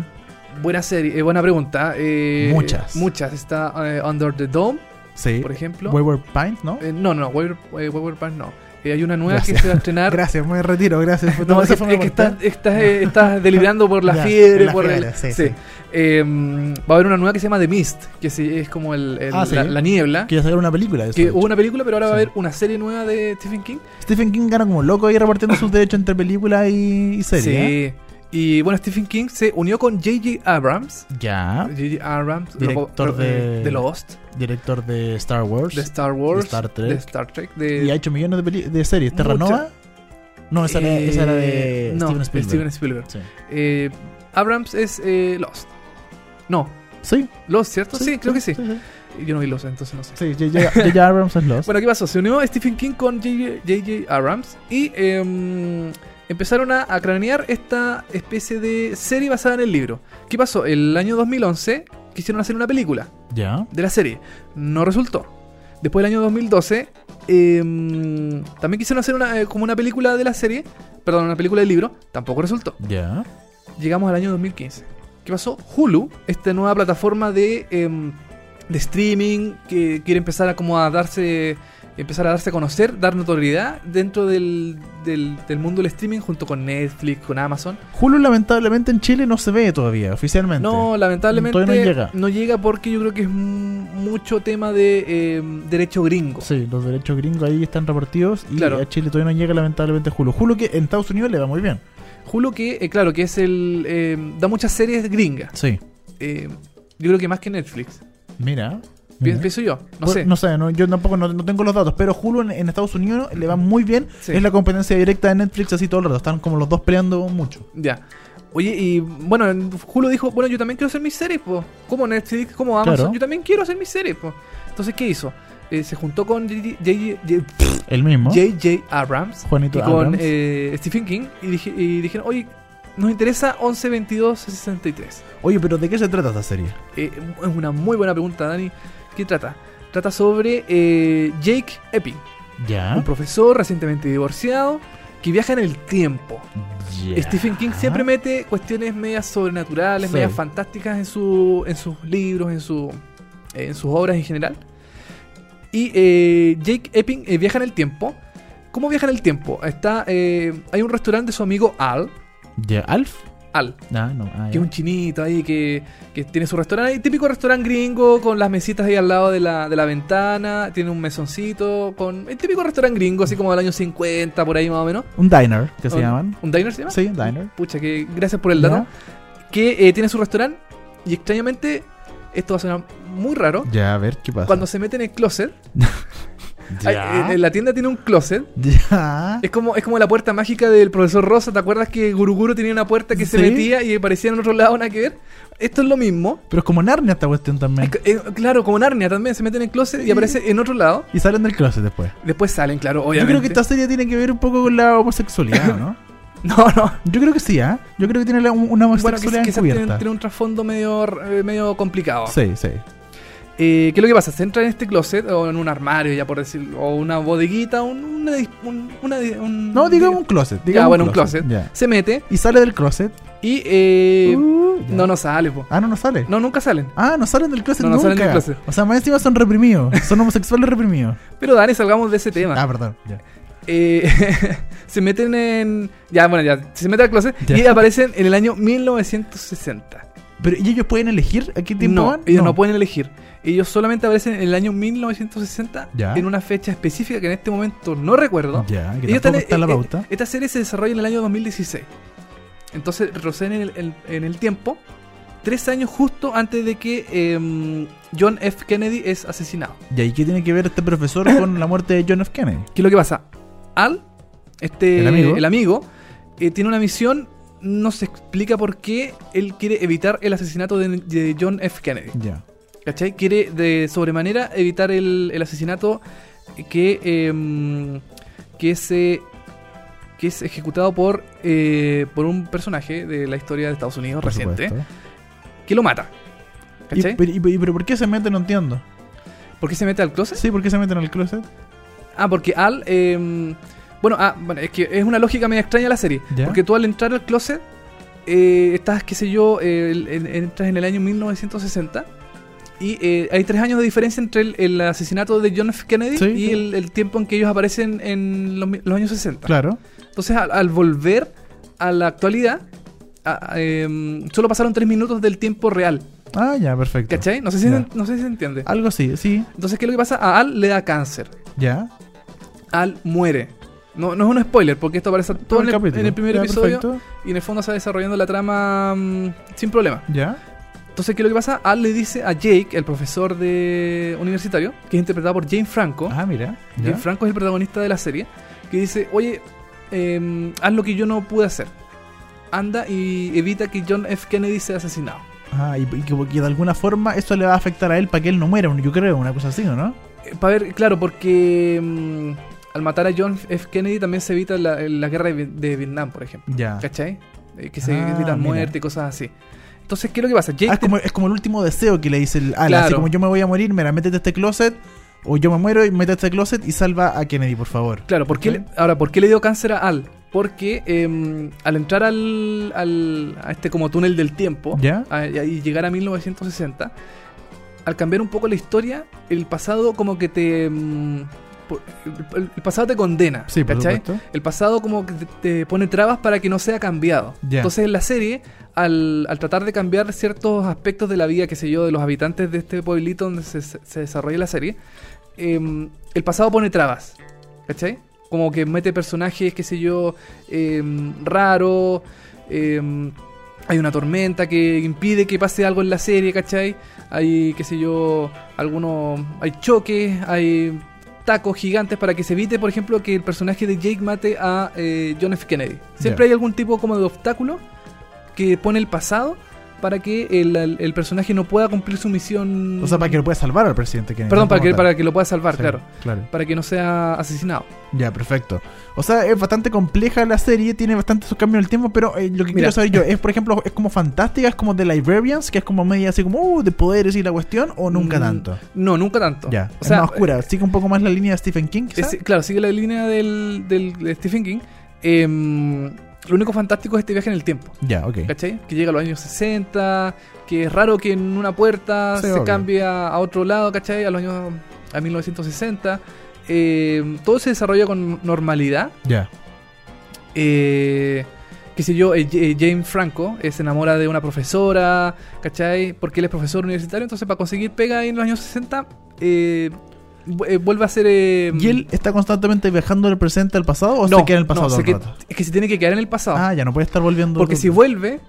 Buena serie, eh, buena pregunta. eh, Muchas. Eh, Muchas. Está eh, Under the Dome, Sí. por ejemplo. Wayward Pines, ¿no? Eh, no, no, Wayward, eh, Wayward Pines no. Eh, hay una nueva Gracias. que se va a estrenar. Gracias, me retiro, gracias. No, es, es que estás, estás, eh, estás deliberando por la Ya, fiebre, la por el- fiebre, sí, sí. Eh, mm, va a haber una nueva que se llama The Mist, que sí, es como el, el- Ah, sí. la, la niebla. Quiero sacar una película de eso. Que hubo una película, pero ahora va a Sí. haber una serie nueva de Stephen King. Stephen King gana como loco ahí repartiendo sus derechos entre película y, y serie. ¿eh? Sí. Y bueno, Stephen King se unió con J.J. Abrams. Ya. J.J. Abrams, Ah. Director lo- eh, de- de Lost, Director de Star Wars. de Star Wars, de Star Trek. de Star Trek, de- y ha hecho millones de, peli- de series. ¿Terranova? No, esa, era, eh, esa era de no, Steven de Spielberg. Steven Spielberg. Sí. Eh, Abrams es eh, Lost. No, Sí, Lost, ¿cierto? Oh, Sí, creo que sí. Sí, Yo no vi Lost, entonces no sé. sí. Sí, J.J. J.J. Abrams es Lost. Bueno, ¿qué pasó? Se unió Stephen King con J.J. J.J. Abrams y em, empezaron a, a cranear esta especie de serie basada en el libro. ¿Qué pasó? El año 2011 quisieron hacer una película ya. de la serie. No resultó. Después del año 2012, em, también quisieron hacer una, eh, como una película de la serie, perdón, una película del libro, tampoco resultó. Ya. Llegamos al año 2015. ¿Qué pasó? Hulu, esta nueva plataforma de, em, de streaming que quiere empezar a como a darse empezar a darse a conocer, dar notoriedad dentro del, del, del mundo del streaming junto con Netflix, con Amazon. Hulu lamentablemente en Chile no se ve todavía oficialmente. No, lamentablemente Todavía no llega. llega porque yo creo que es m- mucho tema de em, derecho gringo. Sí, los derechos gringos ahí están repartidos y Claro. a Chile todavía no llega lamentablemente Hulu. Hulu que en Estados Unidos le va muy bien. Hulu que, eh, claro, que es el... em, da muchas series gringas. Sí. Em, yo creo que más que Netflix. Mira. Pi- mira. Pienso yo. No Pues, sé. no sé, no- yo tampoco no, no tengo los datos, pero Hulu en, en Estados Unidos le va muy bien. Sí. Es la competencia directa de Netflix así todo el rato. Están como los dos peleando mucho. Ya. Oye, y bueno, Julio dijo, bueno, yo también quiero hacer mis series, po. Como Netflix, como Amazon, Claro. yo también quiero hacer mis series, po. Entonces, ¿qué hizo? Eh, se juntó con J.J. J.J. El mismo. J.J. Abrams ¿Ah? Juanito y con Abrams. eh, Stephen King y, dije- y dijeron, oye, nos interesa 11, 22, 63. Oye, pero ¿de qué se trata esta serie? Eh, es una muy buena pregunta, Dani. ¿Qué trata? Trata sobre eh, Jake Epping, un Ya. profesor recientemente divorciado que viaja en el tiempo. Stephen King siempre mete cuestiones medias sobrenaturales, Sí. medias fantásticas en, su, en sus libros, en, su, eh, en sus obras en general. Y eh, Jake Epping eh, viaja en el tiempo. ¿Cómo viaja en el tiempo? Está, eh, hay un restaurante de su amigo Al, Ya. ¿Alf? Al Ah, no. ah, que es ya. un chinito ahí que, que tiene su restaurante, ahí, típico restaurante gringo, con las mesitas ahí al lado de la, de la ventana, tiene un mesoncito, con el típico restaurante gringo, así como del año 50, por ahí más o menos. Un diner, que se Un- llaman. ¿Un diner se llama? Sí, diner. Pucha, que gracias por el dato. Que eh, tiene su restaurante y extrañamente, esto va a sonar muy raro, Ya, Ya, a ver, ¿qué pasa? cuando se mete en el closet, ay, eh, Ya. en- en la tienda tiene un closet. Ya. Es como, es como la puerta mágica del profesor Rosa. ¿Te acuerdas que Guruguru tenía una puerta que se Sí. metía y parecía en otro lado? Nada que ver. Esto es lo mismo. Pero es como Narnia esta cuestión también. Eh, claro, como Narnia también se mete en el closet y aparece en otro lado. Y salen del closet después. Después salen, claro, Yo obviamente. creo que esta serie tiene que ver un poco con la homosexualidad, ¿no? No, no. Yo creo que sí, ¿ah? Yo creo que tiene la- una Bueno, que homosexualidad quizás tiene, encubierta. tiene un trasfondo medio, eh, medio complicado. Sí, sí. Eh, ¿Qué es lo que pasa? Se entra en este closet o en un armario, ya por decirlo, o una bodeguita, un, una, dis- un- una di- un- No, digamos un closet. Ya, digamos bueno, un closet. ya. Se mete Y sale del closet. y eh, Uh, ya. no, no sale, po. Ah, no, no sale. No, nunca salen. Ah, no salen del closet No, no nunca. salen del closet. O sea, más encima son reprimidos. Son homosexuales reprimidos. Pero Dani, salgamos de ese tema. Ah, perdón. ya. Eh, se meten en. Ya, bueno, ya. Se meten al closet Ya. y aparecen en el año 1960. Pero ¿y ellos pueden elegir a qué tiempo No, van? ellos no. pueden elegir. Ellos solamente aparecen en el año 1960 Ya. en una fecha específica que en este momento no recuerdo. Ya, que Ellos tampoco están- está en la eh, eh, pauta. Esta serie se desarrolla en el año 2016. Entonces retroceden en el, en- en el tiempo tres años justo antes de que em, John F. Kennedy es asesinado. Ya, ¿y qué tiene que ver este profesor con la muerte de John F. Kennedy? ¿Qué es lo que pasa? Al, este, el El amigo. amigo, eh, tiene una misión, no se explica por qué él quiere evitar el asesinato de, de John F. Kennedy. Ya. ¿Cachai? Quiere de sobremanera evitar el, el asesinato que, em, que, se, que es ejecutado por, eh, por un personaje de la historia de Estados Unidos por reciente supuesto. que lo mata. Y- ¿Cachai? pero, y- pero ¿por qué se meten? No entiendo. ¿Por qué se mete al closet? Sí, ¿por qué se meten al closet? Ah, porque Al. eh, bueno, ah, bueno, es que es una lógica medio extraña la serie. Ya. Porque tú al entrar al closet, eh, estás, qué sé yo, eh, el- en- entras en el año 1960. Y eh, hay tres años de diferencia entre el, el asesinato de John F. Kennedy Sí, y sí. el, el tiempo en que ellos aparecen en los, mi- los años 60. Claro. Entonces, al, al volver a la actualidad, a- a, em, solo pasaron tres minutos del tiempo real. Ah, ya, perfecto. ¿Cachai? No sé si, Ya. se- no sé si se entiende. Algo así, sí. Entonces, ¿qué es lo que pasa? A Al le da cáncer. Ya. Al muere. No, no es un spoiler, porque esto aparece todo en el, capítulo. en el primer Ya, episodio perfecto. y en el fondo se va desarrollando la trama mm, sin problema. Ya. Entonces, ¿qué es lo que pasa? Al le dice a Jake, el profesor de universitario, que es interpretado por Jane Franco. Ah, mira. Ya. Jane Franco es el protagonista de la serie, que dice, oye, em, haz lo que yo no pude hacer. Anda y evita que John F. Kennedy sea asesinado. Ah, y, y que, que de alguna forma eso le va a afectar a él para que él no muera, yo creo, una cosa así, ¿o no? Para Eh, ver, claro, porque mm, al matar a John F. Kennedy también se evita la, la guerra de Vi- de Vietnam, por ejemplo. Ya. ¿Cachai? Eh, que se Ah, mira. evitan muerte y cosas así. Entonces, ¿qué es lo que pasa? Jake Ah, es, como, es como el último deseo que le dice el Alan. Así Este- Claro. como yo me voy a morir, mira, métete a este closet. O yo me muero y métete a este closet y salva a Kennedy, por favor. Claro, ¿por qué le- ahora, ¿por qué le dio cáncer a Al? Porque em, al entrar al, al- a este como túnel del tiempo ¿Ya? a- y- y llegar a 1960, al cambiar un poco la historia, el pasado como que te... em, por- el, el pasado te condena, Sí, por ¿cachai? supuesto. El pasado como que te, te pone trabas para que no sea cambiado. Ya. Entonces en la serie, al, al tratar de cambiar ciertos aspectos de la vida, qué sé yo, de los habitantes de este pueblito donde se, se desarrolla la serie, em, el pasado pone trabas. ¿Cachai? Como que mete personajes, qué sé yo, em, raros. em, hay una tormenta que impide que pase algo en la serie, ¿cachai? Hay, qué sé yo, algunos... Hay choques, hay tacos gigantes para que se evite, por ejemplo, que el personaje de Jake mate a eh, John F. Kennedy. Siempre Ya. hay algún tipo como de obstáculo que pone el pasado para que el, el- el personaje no pueda cumplir su misión... O sea, para que lo pueda salvar al presidente Kennedy. Perdón, no para que, como tal. para que lo pueda salvar, Sí, claro. Claro. Para que no sea asesinado. Ya, perfecto. O sea, es bastante compleja la serie, tiene bastante sus cambios en el tiempo, pero eh, lo que quiero Mira. saber yo es, por ejemplo, es como fantástica, es como The Librarians, que es como media así como, uh, de poderes y la cuestión, o nunca Mm, tanto. No, nunca tanto. Ya, O sea, es más oscura, sigue un poco más la línea de Stephen King, Es- quizás. claro, sigue la línea del, del- de Stephen King. Em, lo único fantástico es este viaje en el tiempo. Ya, ok. ¿Cachai? Que llega a los años 60, que es raro que en una puerta Sí, se obvio. cambie a, a otro lado, ¿cachai? A los años a 1960. Em, todo se desarrolla con normalidad. Ya. Eh, qué sé yo, eh, J- eh, James Franco eh, se enamora de una profesora, ¿cachai? Porque él es profesor universitario, entonces para conseguir pega ahí en los años 60, eh, vu- eh, vuelve a ser... eh, ¿Y él está constantemente viajando del presente al pasado o se queda en el no, pasado todo se el que- rato? es que se tiene que quedar en el pasado. Ah, ya, no puede estar volviendo. porque todo- si vuelve,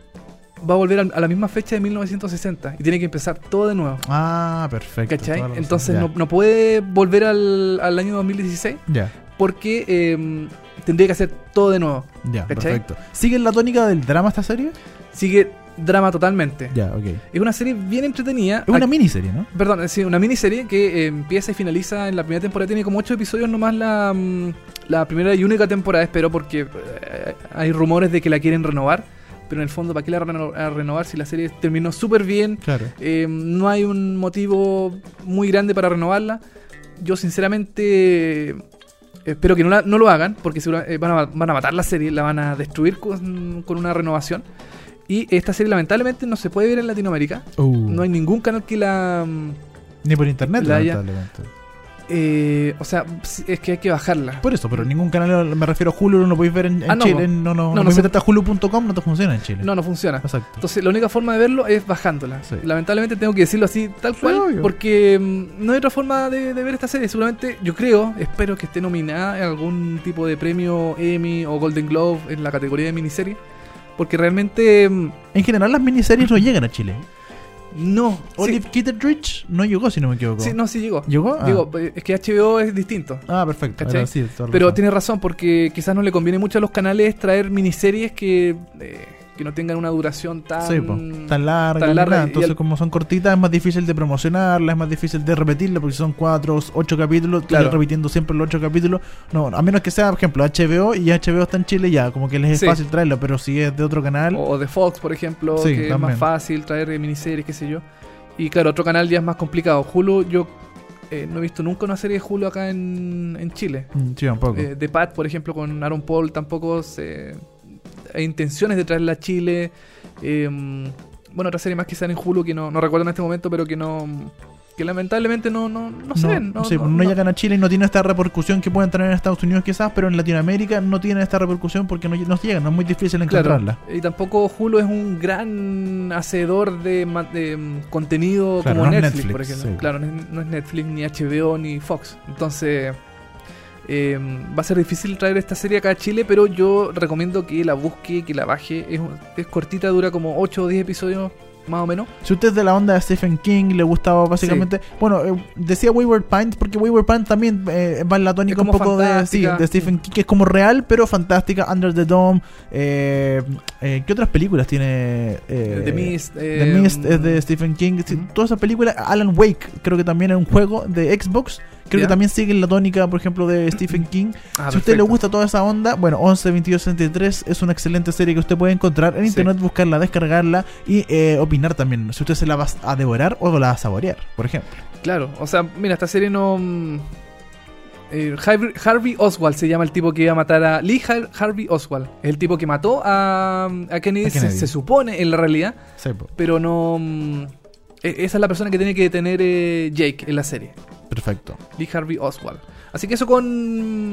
va a volver a, a la misma fecha de 1960 y tiene que empezar todo de nuevo. Ah, perfecto. ¿Cachai? toda la razón. Entonces Ya. no, no puede volver al, al año 2016 Ya, porque eh, tendría que hacer todo de nuevo. ya, ¿Cachai? perfecto. ¿Sigue la tónica del drama esta serie? Sigue drama totalmente. Ya, ok. Es Es una serie bien entretenida. una Ac- miniserie, ¿no? Perdón, sí, una miniserie que eh, empieza y finaliza en la primera temporada. Tiene como ocho episodios nomás la, mm, la primera y única temporada, espero, porque eh, hay rumores de que la quieren renovar. pero en el fondo, ¿para qué la van a renovar si la serie terminó súper bien? Claro. Eh, no hay un motivo muy grande para renovarla. Yo sinceramente eh, espero que no, la- no lo hagan, porque segura- eh, van, a, van a matar la serie, la van a destruir con, con una renovación. Y esta serie lamentablemente no se puede ver en Latinoamérica. Uh, No hay ningún canal que la... mm, Ni por internet, La- lamentablemente. eh, o sea, sí, es que hay que bajarla. Por eso, pero ningún canal, me refiero a Hulu, no lo podéis ver en, en Ah, no, Chile. No, no, no, no no. No, se- Hulu.com, no te funciona en Chile. No, no funciona. Exacto. Entonces, la única forma de verlo es bajándola. Sí. Lamentablemente tengo que decirlo así, tal Sí, cual, obvio. porque mm, no hay otra forma de, de ver esta serie. Seguramente, yo creo, espero que esté nominada en algún tipo de premio Emmy o Golden Globe en la categoría de miniserie, porque realmente mm, En general, las miniseries no llegan a Chile. no. Olive Kitteridge no Oh, llegó, si no me equivoco. Sí, sí, no, sí llegó. ¿Llegó? Ah. Digo, eh, es que HBO es distinto. Ah, perfecto. ¿Cachai? Ahora sí, toda la Pero razón. tiene razón, porque quizás no le conviene mucho a los canales traer miniseries que, eh, que no tengan una duración tan... Sí, po, tan larga, tan ni larga, nada. y entonces al- como son cortitas es más difícil de promocionarlas, es más difícil de repetirlas porque son cuatro, ocho capítulos, estar Claro. repitiendo siempre los ocho capítulos, no, a menos que sea, por ejemplo, HBO y HBO está en Chile ya, como que les es Sí. Oh. fácil traerlo, pero si es de otro canal, O de Fox, por ejemplo, Sí, que es también. más fácil traer eh, miniseries, qué sé yo. Y claro, otro canal ya es más complicado. Hulu, yo eh, no he visto nunca una serie de Hulu acá en, en Chile. mm, sí, tampoco. Eh, The Pat, por ejemplo, con Aaron Paul tampoco se- hay intenciones de traerla a Chile. Eh, bueno, otra serie más que sale en Hulu que no, no recuerdo en este momento, pero que no... Que lamentablemente no, no, no se no, ven. No, sí, no- no no- llegan a Chile y no tienen esta repercusión que pueden tener en Estados Unidos quizás, pero en Latinoamérica no tienen esta repercusión porque no, no llegan, no es muy difícil encontrarla. Y tampoco Hulu es un gran hacedor de, ma- de, mm, contenido Claro, como no es Netflix, Netflix, por ejemplo. sí. Claro, no es, no es Netflix, ni HBO, ni Fox. Entonces, eh, va a ser difícil traer esta serie acá a Chile, pero yo recomiendo que la busque, que la baje. Es, es cortita, dura como 8 o 10 episodios más o menos. Si usted es de la onda de Stephen King, le gustaba básicamente. Bueno, eh, decía Wayward Pines porque Wayward Pines también eh, va en la tónica Es un como poco de, sí, fantástica. de Stephen King, que es como real, pero fantástica. Under the Dome. eh, eh, ¿Qué otras películas tiene? eh, The Mist. eh, The Mist es de mm, Stephen King. Sí, Ujú. Todas esas películas. Alan Wake, creo que también es un juego de Xbox. Creo Ya. que también sigue en la tónica, por ejemplo, de Stephen King. ah, si a usted le perfecto. gusta toda esa onda, bueno, 11, 22, 63 es una excelente serie que usted puede encontrar en Sí. internet, buscarla, descargarla y eh, opinar también. Si usted se la va a devorar o la va a saborear, por ejemplo. Claro, o sea, mira, esta serie no. mm, eh, Harvey, Harvey Oswald se llama el tipo que iba a matar a. Lee Har- Harvey Oswald. Es el tipo que mató a, mm, a Kennedy, A se- Kennedy. Se, supone en la realidad, pero no. mm, e- esa es la persona que tiene que detener eh, Jake en la serie. Perfecto. Lee Harvey Oswald. Así que eso con.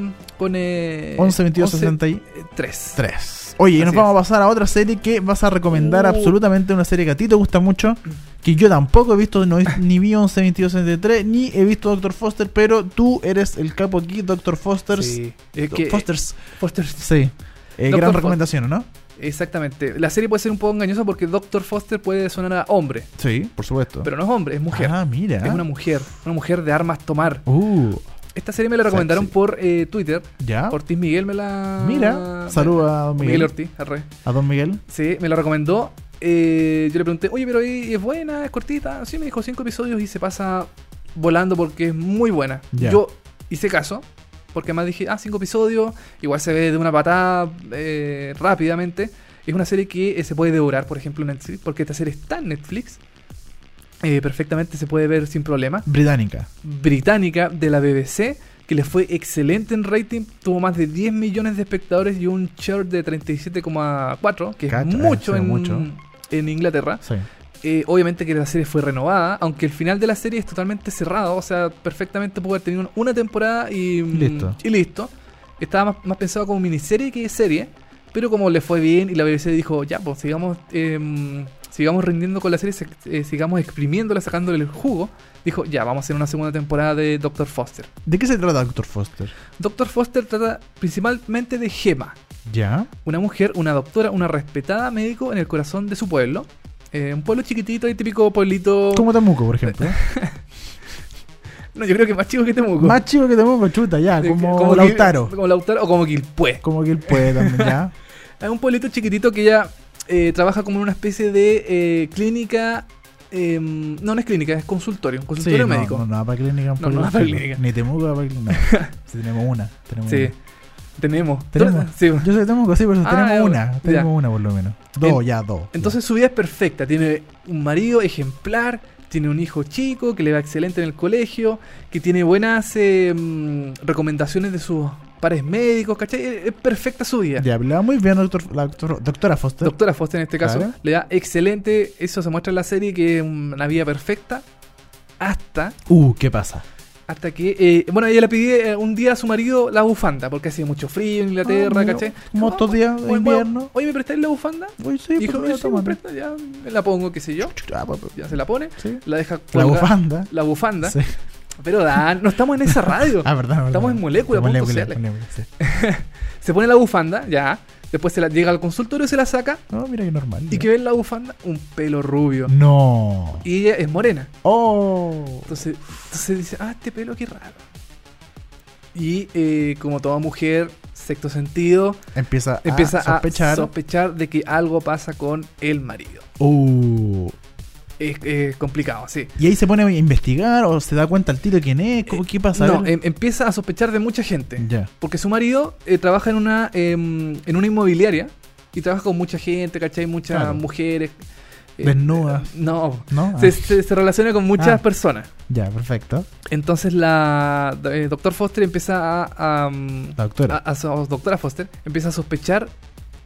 mm, Con. Eh, 11, 22, 11, 63. eh, tres. Oye, y nos Así vamos es. a pasar a otra serie que vas a recomendar Uh. absolutamente, una serie que a ti te gusta mucho, que yo tampoco he visto, no, he- ni vi 11, 22, 63, ni he visto Doctor Foster, pero tú eres el capo aquí, Doctor Foster. Sí. Eh, que- Fosters, Foster- sí. Eh, Dr. gran Foster. recomendación, ¿no? Exactamente. La serie puede ser un poco engañosa porque Doctor Foster puede sonar a hombre, Sí, por supuesto. pero no es hombre, es mujer. Ah, mira. Es una mujer, una mujer de armas tomar. Uh, Esta serie me la recomendaron Sexy. por eh, Twitter. ya. Ortiz Miguel me la. Mira. me- Saluda a don Miguel Miguel. Ortiz, arre. a don Miguel. Sí, me la recomendó. Eh, yo le pregunté, oye, pero ¿y es buena, es cortita. Sí, me dijo cinco episodios y se pasa volando porque es muy buena. Ya. Yo hice caso, porque además dije, ah, cinco episodios, igual se ve de una patada eh, rápidamente. Es una serie que eh, se puede devorar, por ejemplo, en Netflix, porque esta serie está en Netflix. Eh, perfectamente se puede ver sin problema Británica. británica de la BBC que le fue excelente en rating, tuvo más de 10 millones de espectadores y un share de 37,4, que Cacha, es mucho sí, en, mucho. en Inglaterra. Sí. Eh, obviamente que la serie fue renovada, aunque el final de la serie es totalmente cerrado, o sea, perfectamente pudo haber tenido una temporada y mm, Listo. Y listo. Estaba más, más pensado como miniserie que serie, pero como le fue bien y la BBC dijo, ya, pues sigamos, em, sigamos rindiendo con la serie, se- eh, sigamos exprimiéndola, sacándole el jugo, dijo, ya, vamos a hacer una segunda temporada de Doctor Foster. ¿De qué se trata Doctor Foster? Doctor Foster trata principalmente de Gemma, Ya. una mujer, una doctora, una respetada médico en el corazón de su pueblo. Eh, un pueblo chiquitito y típico pueblito... Como Temuco, por ejemplo. No, yo creo que más chico que Temuco. Más chico que Temuco, chuta, ya. Eh, Como, Quil- Lautaro. como Lautaro o como Quilpué. Como que él puede también, ya. Es un pueblito chiquitito que ya eh, trabaja como en una especie de eh, clínica. em, no, no es clínica, es consultorio. Un Sí, consultorio no, médico. no, no, para clínica. No, no, para para clínica. Ni Temuco, para clínica. no. Si tenemos una. Tenemos Sí. una. Tenemos. Tenemos. Sí. Yo soy de Temuco, sí, por eso Ah, ya, tenemos una. ya. Tenemos una por lo menos. Dos, ya, dos. Entonces su vida es perfecta. Tiene un marido ejemplar, tiene un hijo chico que le va excelente en el colegio, que tiene buenas eh, mm, recomendaciones de sus pares médicos, ¿cachai? Es- Es perfecta su vida. ya. Ya hablaba muy bien doctor- la doctor- doctora Foster. Doctora Foster en este caso Claro. le da excelente, eso se muestra en la serie, que es una vida perfecta. Hasta, uh, ¿qué pasa? hasta que, eh, bueno, ella le pide eh, un día a su marido la bufanda, porque hacía mucho frío en Inglaterra, Ah, mira, ¿cachai? como Como, estos días de "Oye, invierno". Oye, ¿me prestáis la bufanda? Uy, sí, Dijo, pues, mira, "Sí, toma, me presta, ya me la pongo, qué sé yo. Ah, pues, pues, Ya se la pone, sí. la deja La colgada- bufanda. La bufanda. Sí. Pero Dan, no estamos en esa radio. Ah, verdad, verdad. Estamos en molécula, punto Molécula, CL. molécula, sí. Se pone la bufanda, ya. Después se la llega al consultorio, se la saca. No, mira que normal. Y ya. Mm. que ve en la bufanda un pelo rubio. No. Y ella es morena. Oh. Entonces, entonces dice, ah, este pelo qué raro. Y eh, como toda mujer, sexto sentido, Empieza, empieza a Ah, sospechar. sospechar de que algo pasa con el marido. Uh. Es, es complicado, sí. Y ahí se pone a investigar o se da cuenta al tiro quién es, ¿Cómo- qué pasa. A No, ver. em- empieza a sospechar de mucha gente. Ah, ya. Porque su marido eh, trabaja en una, em, en una inmobiliaria y trabaja con mucha gente, ¿cachai? Muchas Claro. mujeres. eh, Desnudas. eh, no. ¿No? Ah, Se, se- se relaciona con muchas Ah. personas. ya, perfecto. Entonces la eh, doctor Foster empieza a, a, mm, La doctora. a- a su- a doctora Foster empieza a sospechar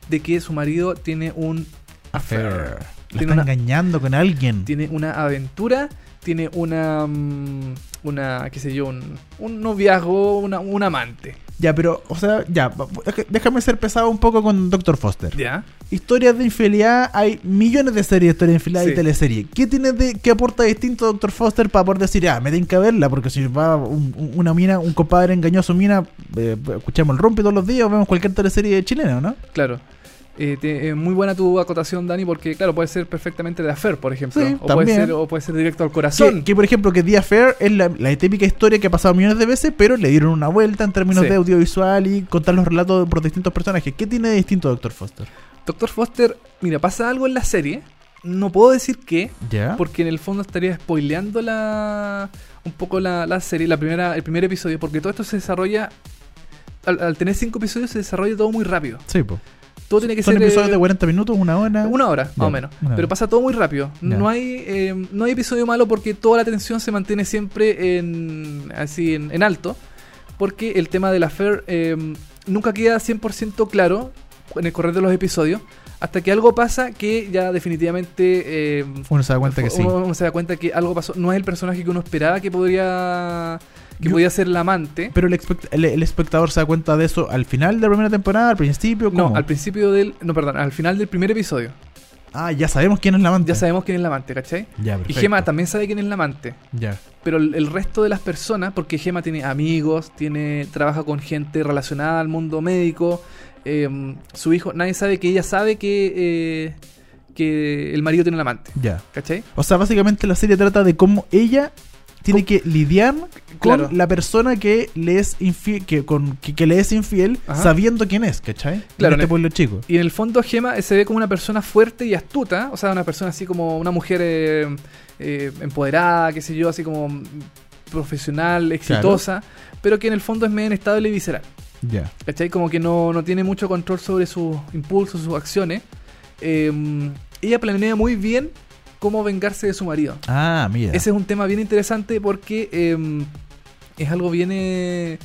de que su marido tiene un ah, affair. La Tiene está una- engañando con alguien. Tiene una aventura, tiene una mm, una qué sé yo, un, un noviazgo, una, un amante, Ya, pero, o sea, ya, va- deja- déjame ser pesado un poco con Dr. Foster. ¿ya? Historias de infidelidad, hay millones de series de historias de infidelidad Sí. y teleseries. ¿Qué tiene de, qué aporta distinto Dr. Foster para poder decir, ah, me tienen que verla? Porque si va un- un- una mina, un compadre engañó a su mina, eh, escuchamos el rompe todos los días, vemos cualquier teleserie chilena, ¿no? Claro. Eh, te- eh, muy buena tu acotación, Dani, porque claro, puede ser perfectamente de Affair, por ejemplo. Sí, o, puede también. ser, o puede ser directo al Que, corazón. que, por ejemplo, que The Affair es la, la típica historia que ha pasado millones de veces, pero le dieron una vuelta en términos Sí. de audiovisual y contar los relatos por distintos personajes. ¿Qué tiene de distinto Dr. Foster? Doctor Foster, mira, pasa algo en la serie. No puedo decir qué, Ya. porque en el fondo estaría spoileando la un poco la, la serie, la primera, el primer episodio, porque todo esto se desarrolla. Al, al tener cinco episodios se desarrolla todo muy rápido. Sí, po. Todo tiene que Son ser. eh, episodios de 40 minutos, una hora. Una hora, más Ya, o menos. una hora. Pero pasa todo muy rápido. Ya. No hay eh, no hay episodio malo porque toda la tensión se mantiene siempre en así en, en alto. Porque el tema de la Fair nunca queda 100% claro en el correr de los episodios. Hasta que algo pasa que ya definitivamente... eh, Uno se da cuenta que sí. uno- uno se da cuenta que algo pasó. No es el personaje que uno esperaba que podría... Que Yo- podía ser la amante. Pero el, espect- el, el espectador se da cuenta de eso al final de la primera temporada, al principio. ¿cómo? No, al principio del... No, perdón, al final del primer episodio. Ah, ya sabemos quién es la amante. Ya sabemos quién es la amante, ¿cachai? Ya, Y perfecto. Gema también sabe quién es la amante. Ya. pero el, el resto de las personas, porque Gema tiene amigos, tiene trabaja con gente relacionada al mundo médico, eh, su hijo, nadie sabe que ella sabe que, eh, que el marido tiene un amante, Ya. ¿cachai? O sea, básicamente la serie trata de cómo ella tiene que lidiar con claro. la persona que le es infiel, que, con, que, que le es infiel Ajá. sabiendo quién es, ¿cachai? Claro, en En este el- pueblo chico. Y en el fondo Gema eh, se ve como una persona fuerte y astuta, o sea, una persona así como una mujer eh, eh, empoderada, qué sé yo, así como mm, profesional, exitosa, pero que en el fondo es medio inestable y visceral. Ya. ¿Cachai? Como que no, no tiene mucho control sobre sus impulsos, sus acciones. Eh, ella planea muy bien cómo vengarse de su marido. Ah, mira. Ese es un tema bien interesante porque eh, es algo bien... eh,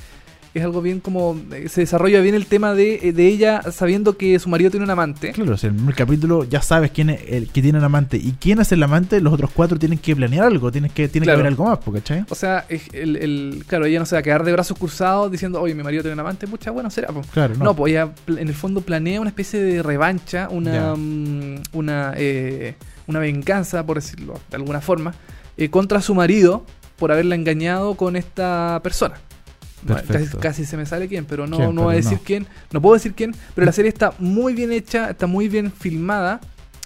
es algo bien como... eh, se desarrolla bien el tema de, eh, de ella sabiendo que su marido tiene un amante. Claro, si en el primer capítulo ya sabes quién es el que tiene un amante y quién es el amante, los otros cuatro tienen que planear algo, tienen que, tienen Claro. que ver algo más, po, ¿cachai? O sea, es el, el- claro, ella no se va a quedar de brazos cruzados diciendo, oye, mi marido tiene un amante, mucha bueno, será. po". Claro, No, pues ella pl- en el fondo planea una especie de revancha, una, Ya. mm, una, eh, una venganza, por decirlo de alguna forma, eh, contra su marido por haberla engañado con esta persona. No, Casi, Perfecto. casi se me sale quién, pero no, ¿Quién? no voy a Pero decir no. quién. No puedo decir quién, pero la serie está muy bien hecha, está muy bien filmada.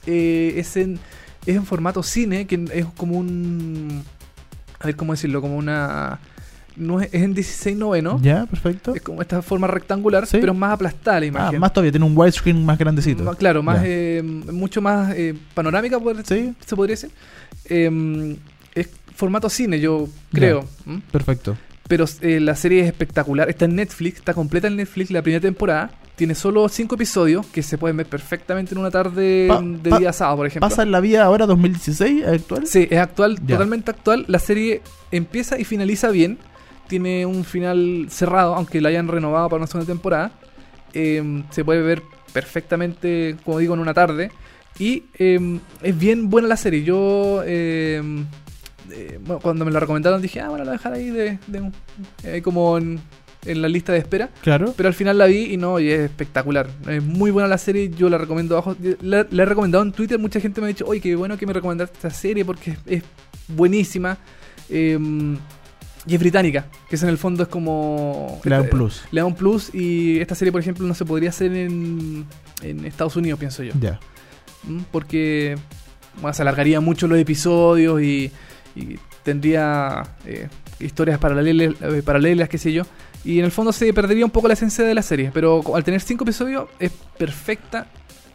eh, es, en, es en formato cine, que es como un... A ver cómo decirlo, como una... No es, es en 16 noveno. Ya, perfecto. Es como esta forma rectangular, Sí. pero es más aplastada la Ah, imagen. más todavía, tiene un widescreen más grandecito. Ma- claro, más Ya. eh, mucho más eh, panorámica, por- Sí. Em, se podría decir. Eh, es formato cine, yo creo. ¿Mm? Perfecto. Pero eh, la serie es espectacular. Está en Netflix, está completa en Netflix la primera temporada. Tiene solo cinco episodios que se pueden ver perfectamente en una tarde Pa- de pa- día sábado, por ejemplo. ¿Pasa en la vida ahora 2016 actual? Sí, es actual, Ya. totalmente actual. La serie empieza y finaliza bien. Tiene un final cerrado, aunque la hayan renovado para una segunda temporada. Eh, se puede ver perfectamente, como digo, en una tarde. Y eh, es bien buena la serie. Yo, eh, eh, bueno, cuando me la recomendaron, dije, ah, bueno, la voy a dejar ahí de, de- eh, como en- en la lista de espera. Claro. Pero al final la vi y no, y es espectacular. Es muy buena la serie, yo la recomiendo abajo. La, la he recomendado en Twitter, mucha gente me ha dicho, oye, qué bueno que me recomendaste esta serie porque es, es buenísima. Eh, y es británica, que eso en el fondo es como... Le da un eh, plus. Le da un plus y esta serie, por ejemplo, no se podría hacer en, en Estados Unidos, pienso yo. Ya. ¿Mm? Porque bueno, se alargaría mucho los episodios y, y tendría eh, historias paralelas, eh, paralelas, qué sé yo. Y en el fondo se perdería un poco la esencia de la serie. Pero co- al tener cinco episodios es perfecta,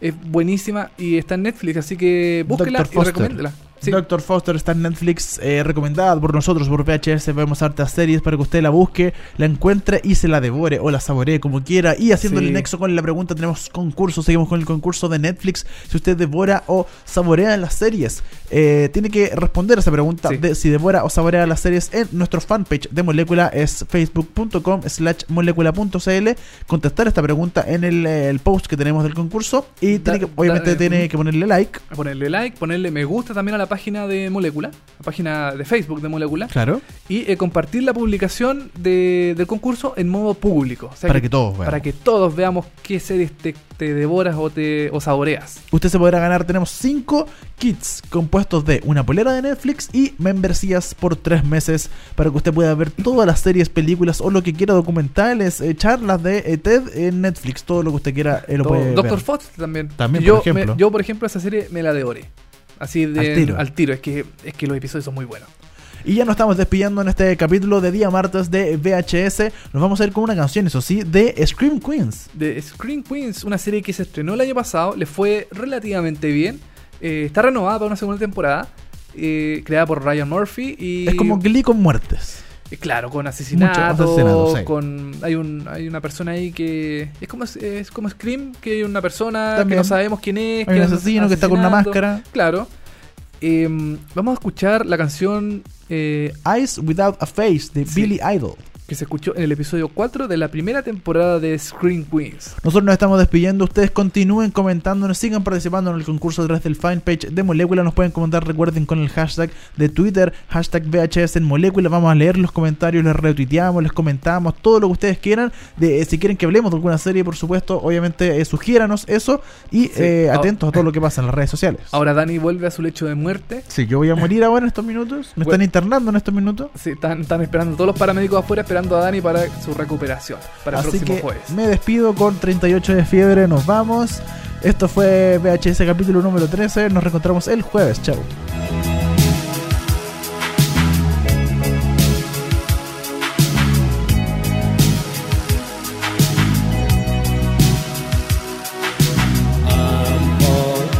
es buenísima y está en Netflix. Así que búsquela Dr. y Foster. recomiéndela. Sí. Doctor Foster está en Netflix, eh, recomendada por nosotros, por VHS. Vemos hartas series para que usted la busque, la encuentre y se la devore o la saboree como quiera. Y haciendo el Sí. nexo con la pregunta, tenemos concurso. Seguimos con el concurso de Netflix. Si usted devora o saborea las series, eh, tiene que responder a esa pregunta Sí. de si devora o saborea las series en nuestro fanpage de Molécula. Es facebook.com/slash molécula.cl. Contestar esta pregunta en el, eh, el post que tenemos del concurso. Y tiene Da- que, obviamente da- eh, tiene que ponerle like. A Ponerle like, ponerle me gusta también a la página de Molécula, la página de Facebook de Molécula, Claro. y eh, compartir la publicación de- del concurso en modo público. O sea Para que que todos vean. para que todos veamos qué series te, te devoras o te o saboreas. Usted se podrá ganar, tenemos 5 kits compuestos de una polera de Netflix y membresías por 3 meses para que usted pueda ver todas las series, películas o lo que quiera, documentales, eh, charlas de eh, TED en Netflix, todo lo que usted quiera eh, lo Todo- puede Doctor ver. Fox también. También, yo, por ejemplo. me- yo, por ejemplo, esa serie me la devoré. Así de Al tiro. Es que, es que los episodios son muy buenos. Y ya nos estamos despidiendo en este capítulo de día martes de VHS. Nos vamos a ir con una canción, eso sí, de Scream Queens. The Screen Queens, una serie que se estrenó el año pasado, le fue relativamente bien. Eh, está renovada para una segunda temporada, eh, creada por Ryan Murphy y Es como Glee con muertes. Eh, Claro, con asesinatos, asesinatos, sí. con hay un hay una persona ahí que es como es como Scream, que hay una persona También. que no sabemos quién es, Hay que un anda asesino que está con una asesinando. máscara. Claro. Eh, vamos a escuchar la canción eh, Eyes Without a Face de Sí. Billy Idol. que se escuchó en el episodio 4 de la primera temporada de Scream Queens. Nosotros nos estamos despidiendo. Ustedes continúen comentándonos, sigan participando en el concurso a través del fanpage de Molécula. Nos pueden comentar, recuerden, con el hashtag de Twitter, hashtag VHS en Molécula. Vamos a leer los comentarios, les retuiteamos, les comentamos, todo lo que ustedes quieran. De, eh, si quieren que hablemos de alguna serie, por supuesto, obviamente eh, sugiéranos eso. Y eh, Ah. atentos a todo lo que pasa en las redes sociales. Ahora Dani vuelve a su lecho de muerte. Sí, yo voy a morir ahora en estos minutos. Me están Bueno. internando en estos minutos. Sí, están, están esperando todos los paramédicos afuera esperando a Dani para su recuperación para el Así próximo que jueves. me despido con 38 de fiebre. Nos vamos. Esto fue VHS capítulo número 13. Nos reencontramos el jueves. Chau.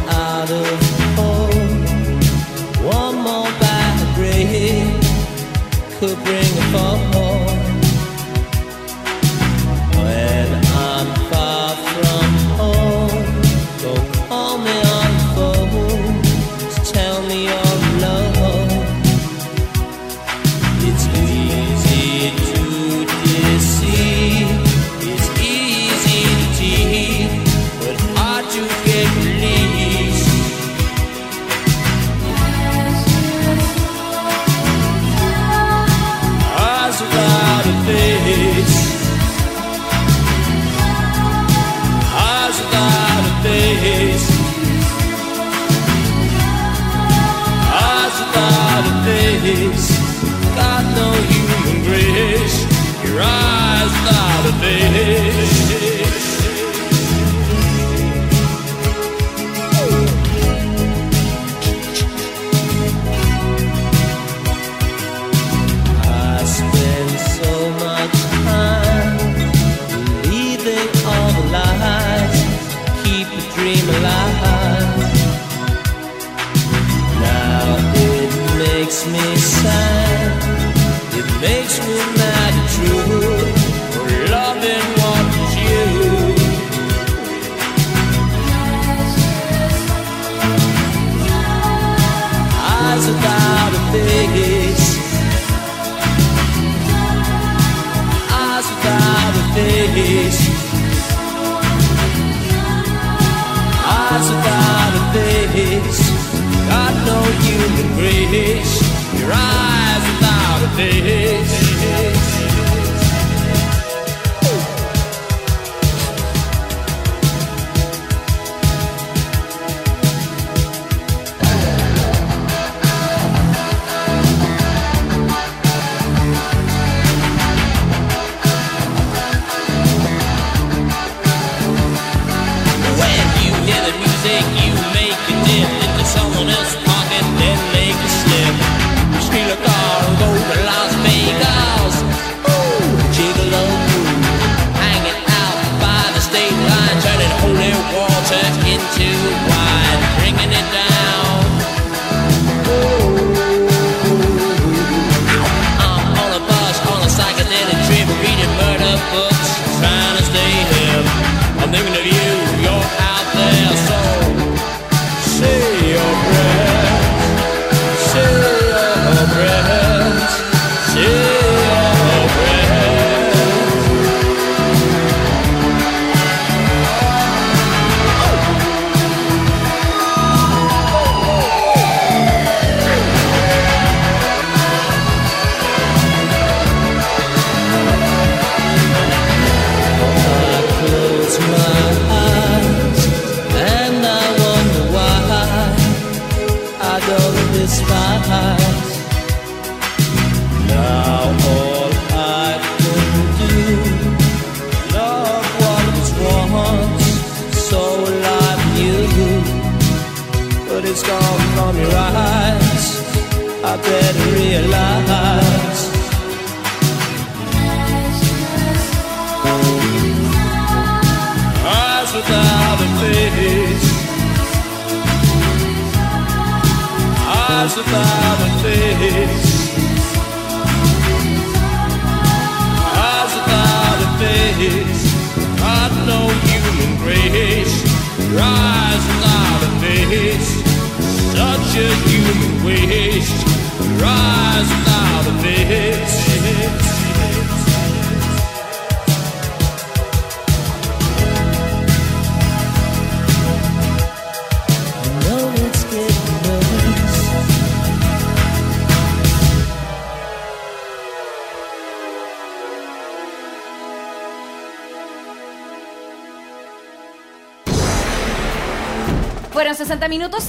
out of home. One more bad break could bring a fall. When I'm far from home, go call me on the phone to tell me you're eyes without a face. Got no human grace. Your eyes without a face. When you hear the music, you make a dip into someone else's pocket, then make a slip. Steal a car and go to Las Vegas. Ooh, jiggle a move. Hanging out by the state line, turning holy water into wine, bringing it down. I'm on a bus on a psychedelic trip, reading murder books, trying to stay hip. I'm thinking of you, you're out there, so say your prayers, say your prayers, say your prayers. close my eyes and I wonder why I don't despise. Now all I can do, love what was once so like you, but it's gone from your eyes. I better realize. eyes without a face. Eyes without a face. Eyes without a face. Not no human grace. Your eyes without a face. Such a human waste. Your eyes without a face. know it's getting worse. Fueron 60 minutos